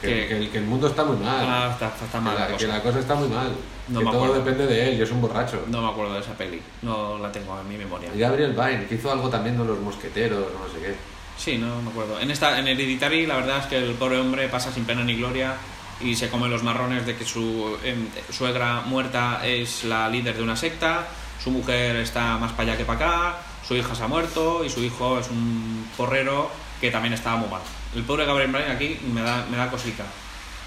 S2: que,
S1: Que-
S2: que el, que el mundo está muy mal.
S1: Ah, está, está- está mal.
S2: que,
S1: la
S2: la, que
S1: cosa.
S2: la cosa está muy mal.
S1: No
S2: que
S1: me
S2: todo
S1: acuerdo.
S2: depende de él y es un borracho.
S1: No me acuerdo de esa peli. No la tengo en mi memoria.
S2: Y Gabriel Byrne, que hizo algo también de los mosqueteros, no sé qué.
S1: Sí, no me acuerdo. En esta, en Hereditary, la verdad es que el pobre hombre pasa sin pena ni gloria y se come los marrones de que su em, suegra muerta es la líder de una secta, su mujer está más para allá que para acá, su hija se ha muerto y su hijo es un porrero que también estaba muy mal. El pobre Gabriel Bryan aquí me da, me da cosica.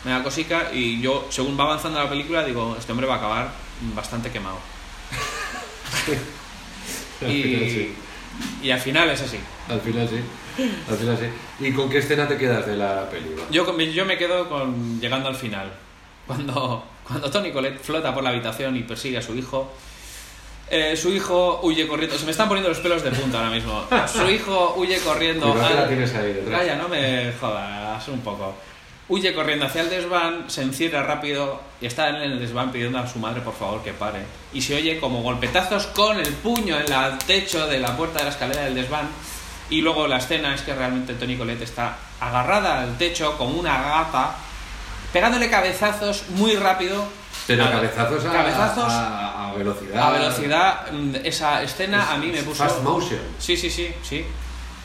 S1: Me da cosica y yo, según va avanzando la película, digo, este hombre va a acabar bastante quemado.
S2: Al final
S1: Y,
S2: sí.
S1: y al final es así.
S2: Al final sí. Al final sí. ¿Y con qué escena te quedas de la peli? va?
S1: Yo, con- yo me quedo con llegando al final. Cuando, cuando Tony Colette flota por la habitación y persigue a su hijo, eh, su hijo huye corriendo. Se me están poniendo los pelos de punta ahora mismo. Su hijo huye corriendo.
S2: Cuidado que
S1: al-
S2: la tienes ahí detrás.
S1: Calla, no me jodas un poco. Huye corriendo hacia el desván, se encierra rápido y está en el desván pidiendo a su madre por favor que pare. Y se oye como golpetazos con el puño en el techo de la puerta de la escalera del desván. Y luego la escena es que realmente Tony Colette está agarrada al techo como una gata, pegándole cabezazos muy rápido.
S2: Pero
S1: A-
S2: cabezazos, a,
S1: cabezazos
S2: a- a velocidad.
S1: a velocidad. mm, Esa escena a mí me puso.
S2: Ah. Fast motion.
S1: Sí, sí, sí, sí.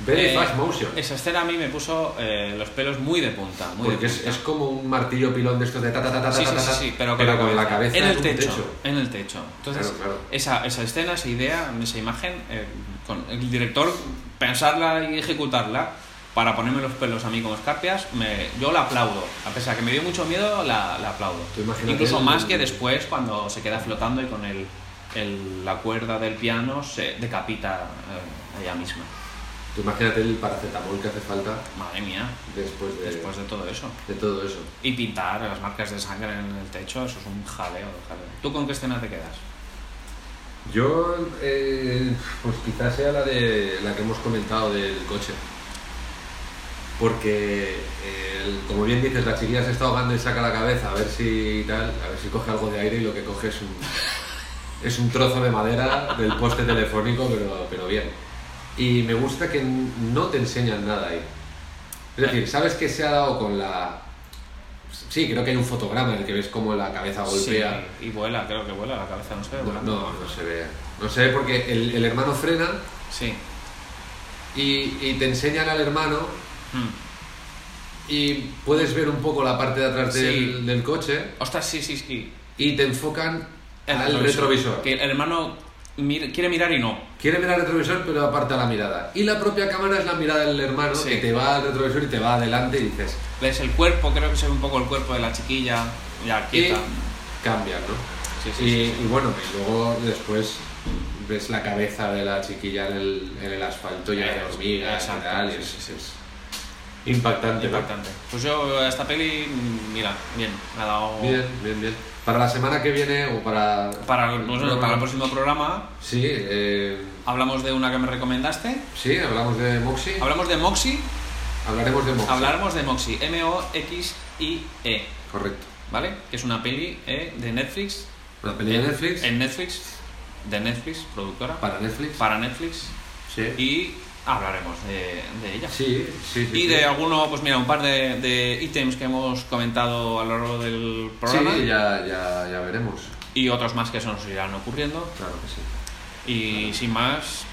S2: Very
S1: Eh,
S2: fast motion.
S1: Esa escena a mí me puso eh, los pelos muy de punta. Muy de
S2: Porque es,
S1: punta.
S2: es como un martillo pilón de estos de ta ta ta ta
S1: Sí,
S2: ta,
S1: sí,
S2: ta,
S1: sí,
S2: ta,
S1: sí, pero con,
S2: la cabeza
S1: En el
S2: un
S1: techo, En el techo. Entonces,
S2: Claro, claro.
S1: Esa, esa escena, esa idea, esa imagen, eh, con el director pensarla y ejecutarla para ponerme los pelos a mí como escarpias, me, yo la aplaudo. A pesar que me dio mucho miedo, la, la aplaudo.
S2: Tú imagínate
S1: Incluso
S2: el-
S1: más que después, cuando se queda flotando y con el, el- la cuerda del piano se decapita eh, a ella misma.
S2: Tú imagínate el paracetamol que hace falta
S1: Madre mía,
S2: después de,
S1: después de todo eso.
S2: de todo eso.
S1: Y pintar las marcas de sangre en el techo, eso es un jaleo. jaleo. ¿Tú con qué escena te quedas?
S2: Yo, eh, pues quizás sea la de la que hemos comentado del coche. Porque, eh, el- como bien dices, la chiquilla se está ahogando y saca la cabeza a ver si tal, a ver si coge algo de aire y lo que coge es un, es un trozo de madera del poste telefónico, pero, pero bien. Y me gusta que n- no te enseñan nada ahí. Es decir, sabes que se ha dado con la Sí, creo que hay un fotograma en el que ves cómo la cabeza golpea.
S1: Sí, y vuela, creo que vuela, la cabeza no se ve.
S2: No,
S1: volando.
S2: no, no se ve. No se ve porque el, el hermano frena
S1: Sí.
S2: y, y te enseñan al hermano
S1: Mm.
S2: y puedes ver un poco la parte de atrás
S1: Sí.
S2: del, del coche
S1: Ostras, sí, sí, sí.
S2: y te enfocan al Ah, retrovisor.
S1: Que el hermano mir- quiere mirar y no.
S2: Quiere ver al retrovisor pero aparta la mirada. Y la propia cámara es la mirada del hermano
S1: Sí.
S2: que te va al retrovisor y te va adelante y dices,
S1: Ves el cuerpo, creo que se ve un poco el cuerpo de la chiquilla, ya
S2: y
S1: quieta.
S2: cambian, ¿no?
S1: Sí, sí,
S2: y,
S1: sí, sí.
S2: y bueno, y luego después ves la cabeza de la chiquilla en el, en el asfalto llena de
S1: Eh,
S2: hormigas y
S1: exacto,
S2: tal. y
S1: sí,
S2: es-
S1: sí, sí.
S2: es Impactante, ¿no?
S1: Impactante. Pues yo a esta peli, mm, mira, bien, me ha dado...
S2: Bien, bien, bien. Para la semana que viene o para...
S1: Para, el- nosotros, para el próximo programa
S2: Sí, eh,
S1: hablamos de una que me recomendaste.
S2: sí, hablamos de Moxie.
S1: Hablamos de Moxie.
S2: Hablaremos de Moxie.
S1: Hablaremos de Moxie. M-O-X-I-E.
S2: Correcto.
S1: ¿Vale? Que es una peli eh, de Netflix.
S2: Una peli de
S1: Eh,
S2: Netflix.
S1: En Netflix. De Netflix, productora.
S2: Para Netflix.
S1: Para Netflix.
S2: Sí.
S1: Y hablaremos de, de ella.
S2: Sí, sí, sí.
S1: Y
S2: sí.
S1: de alguno, pues mira, un par de, de ítems que hemos comentado a lo largo del programa.
S2: Sí, ya, ya, ya veremos.
S1: Y otros más que se nos irán ocurriendo.
S2: Claro que sí.
S1: Y sin más,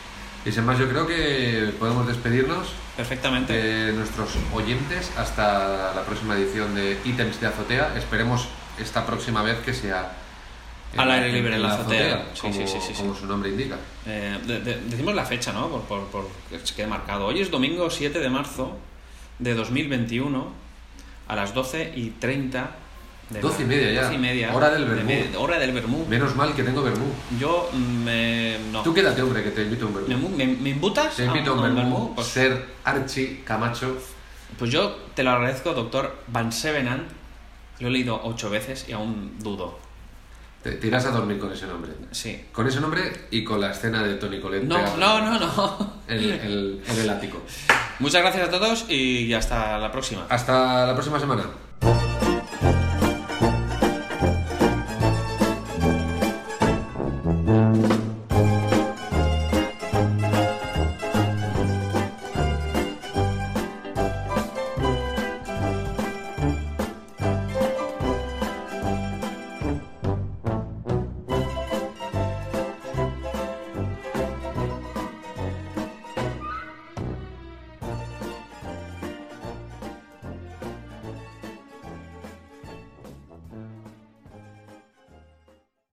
S2: Y sin más, yo creo que podemos despedirnos
S1: perfectamente.
S2: de nuestros oyentes hasta la próxima edición de Ítems de Azotea. Esperemos esta próxima vez que sea en-
S1: Al aire libre, en la azotea. Sí,
S2: como,
S1: sí, sí, sí, sí.
S2: como su nombre indica.
S1: Eh, de- de- decimos la fecha, ¿no? Por, por, por que se quede marcado. Hoy es domingo 7 de marzo de 2021 a las 12 y 30 de
S2: 12 y media ya.
S1: 12 y media.
S2: Hora del
S1: De
S2: vermú.
S1: me- hora del vermú.
S2: Menos mal que tengo vermú.
S1: Yo mm, me... No.
S2: Tú quédate, hombre, que te invito a un
S1: ¿Me,
S2: vermú.
S1: mu- me, me imputas
S2: Te invito a un vermú.
S1: Pues,
S2: Ser Archi Camacho.
S1: pues yo te lo agradezco, doctor Van Sevenant. Lo he leído ocho veces y aún dudo.
S2: Te, te irás a dormir con ese nombre.
S1: Sí.
S2: Con ese nombre y con la escena de Tony Colette.
S1: No, no, no, no.
S2: En, en- en el ático.
S1: Muchas gracias a todos y hasta la próxima.
S2: Hasta la próxima semana.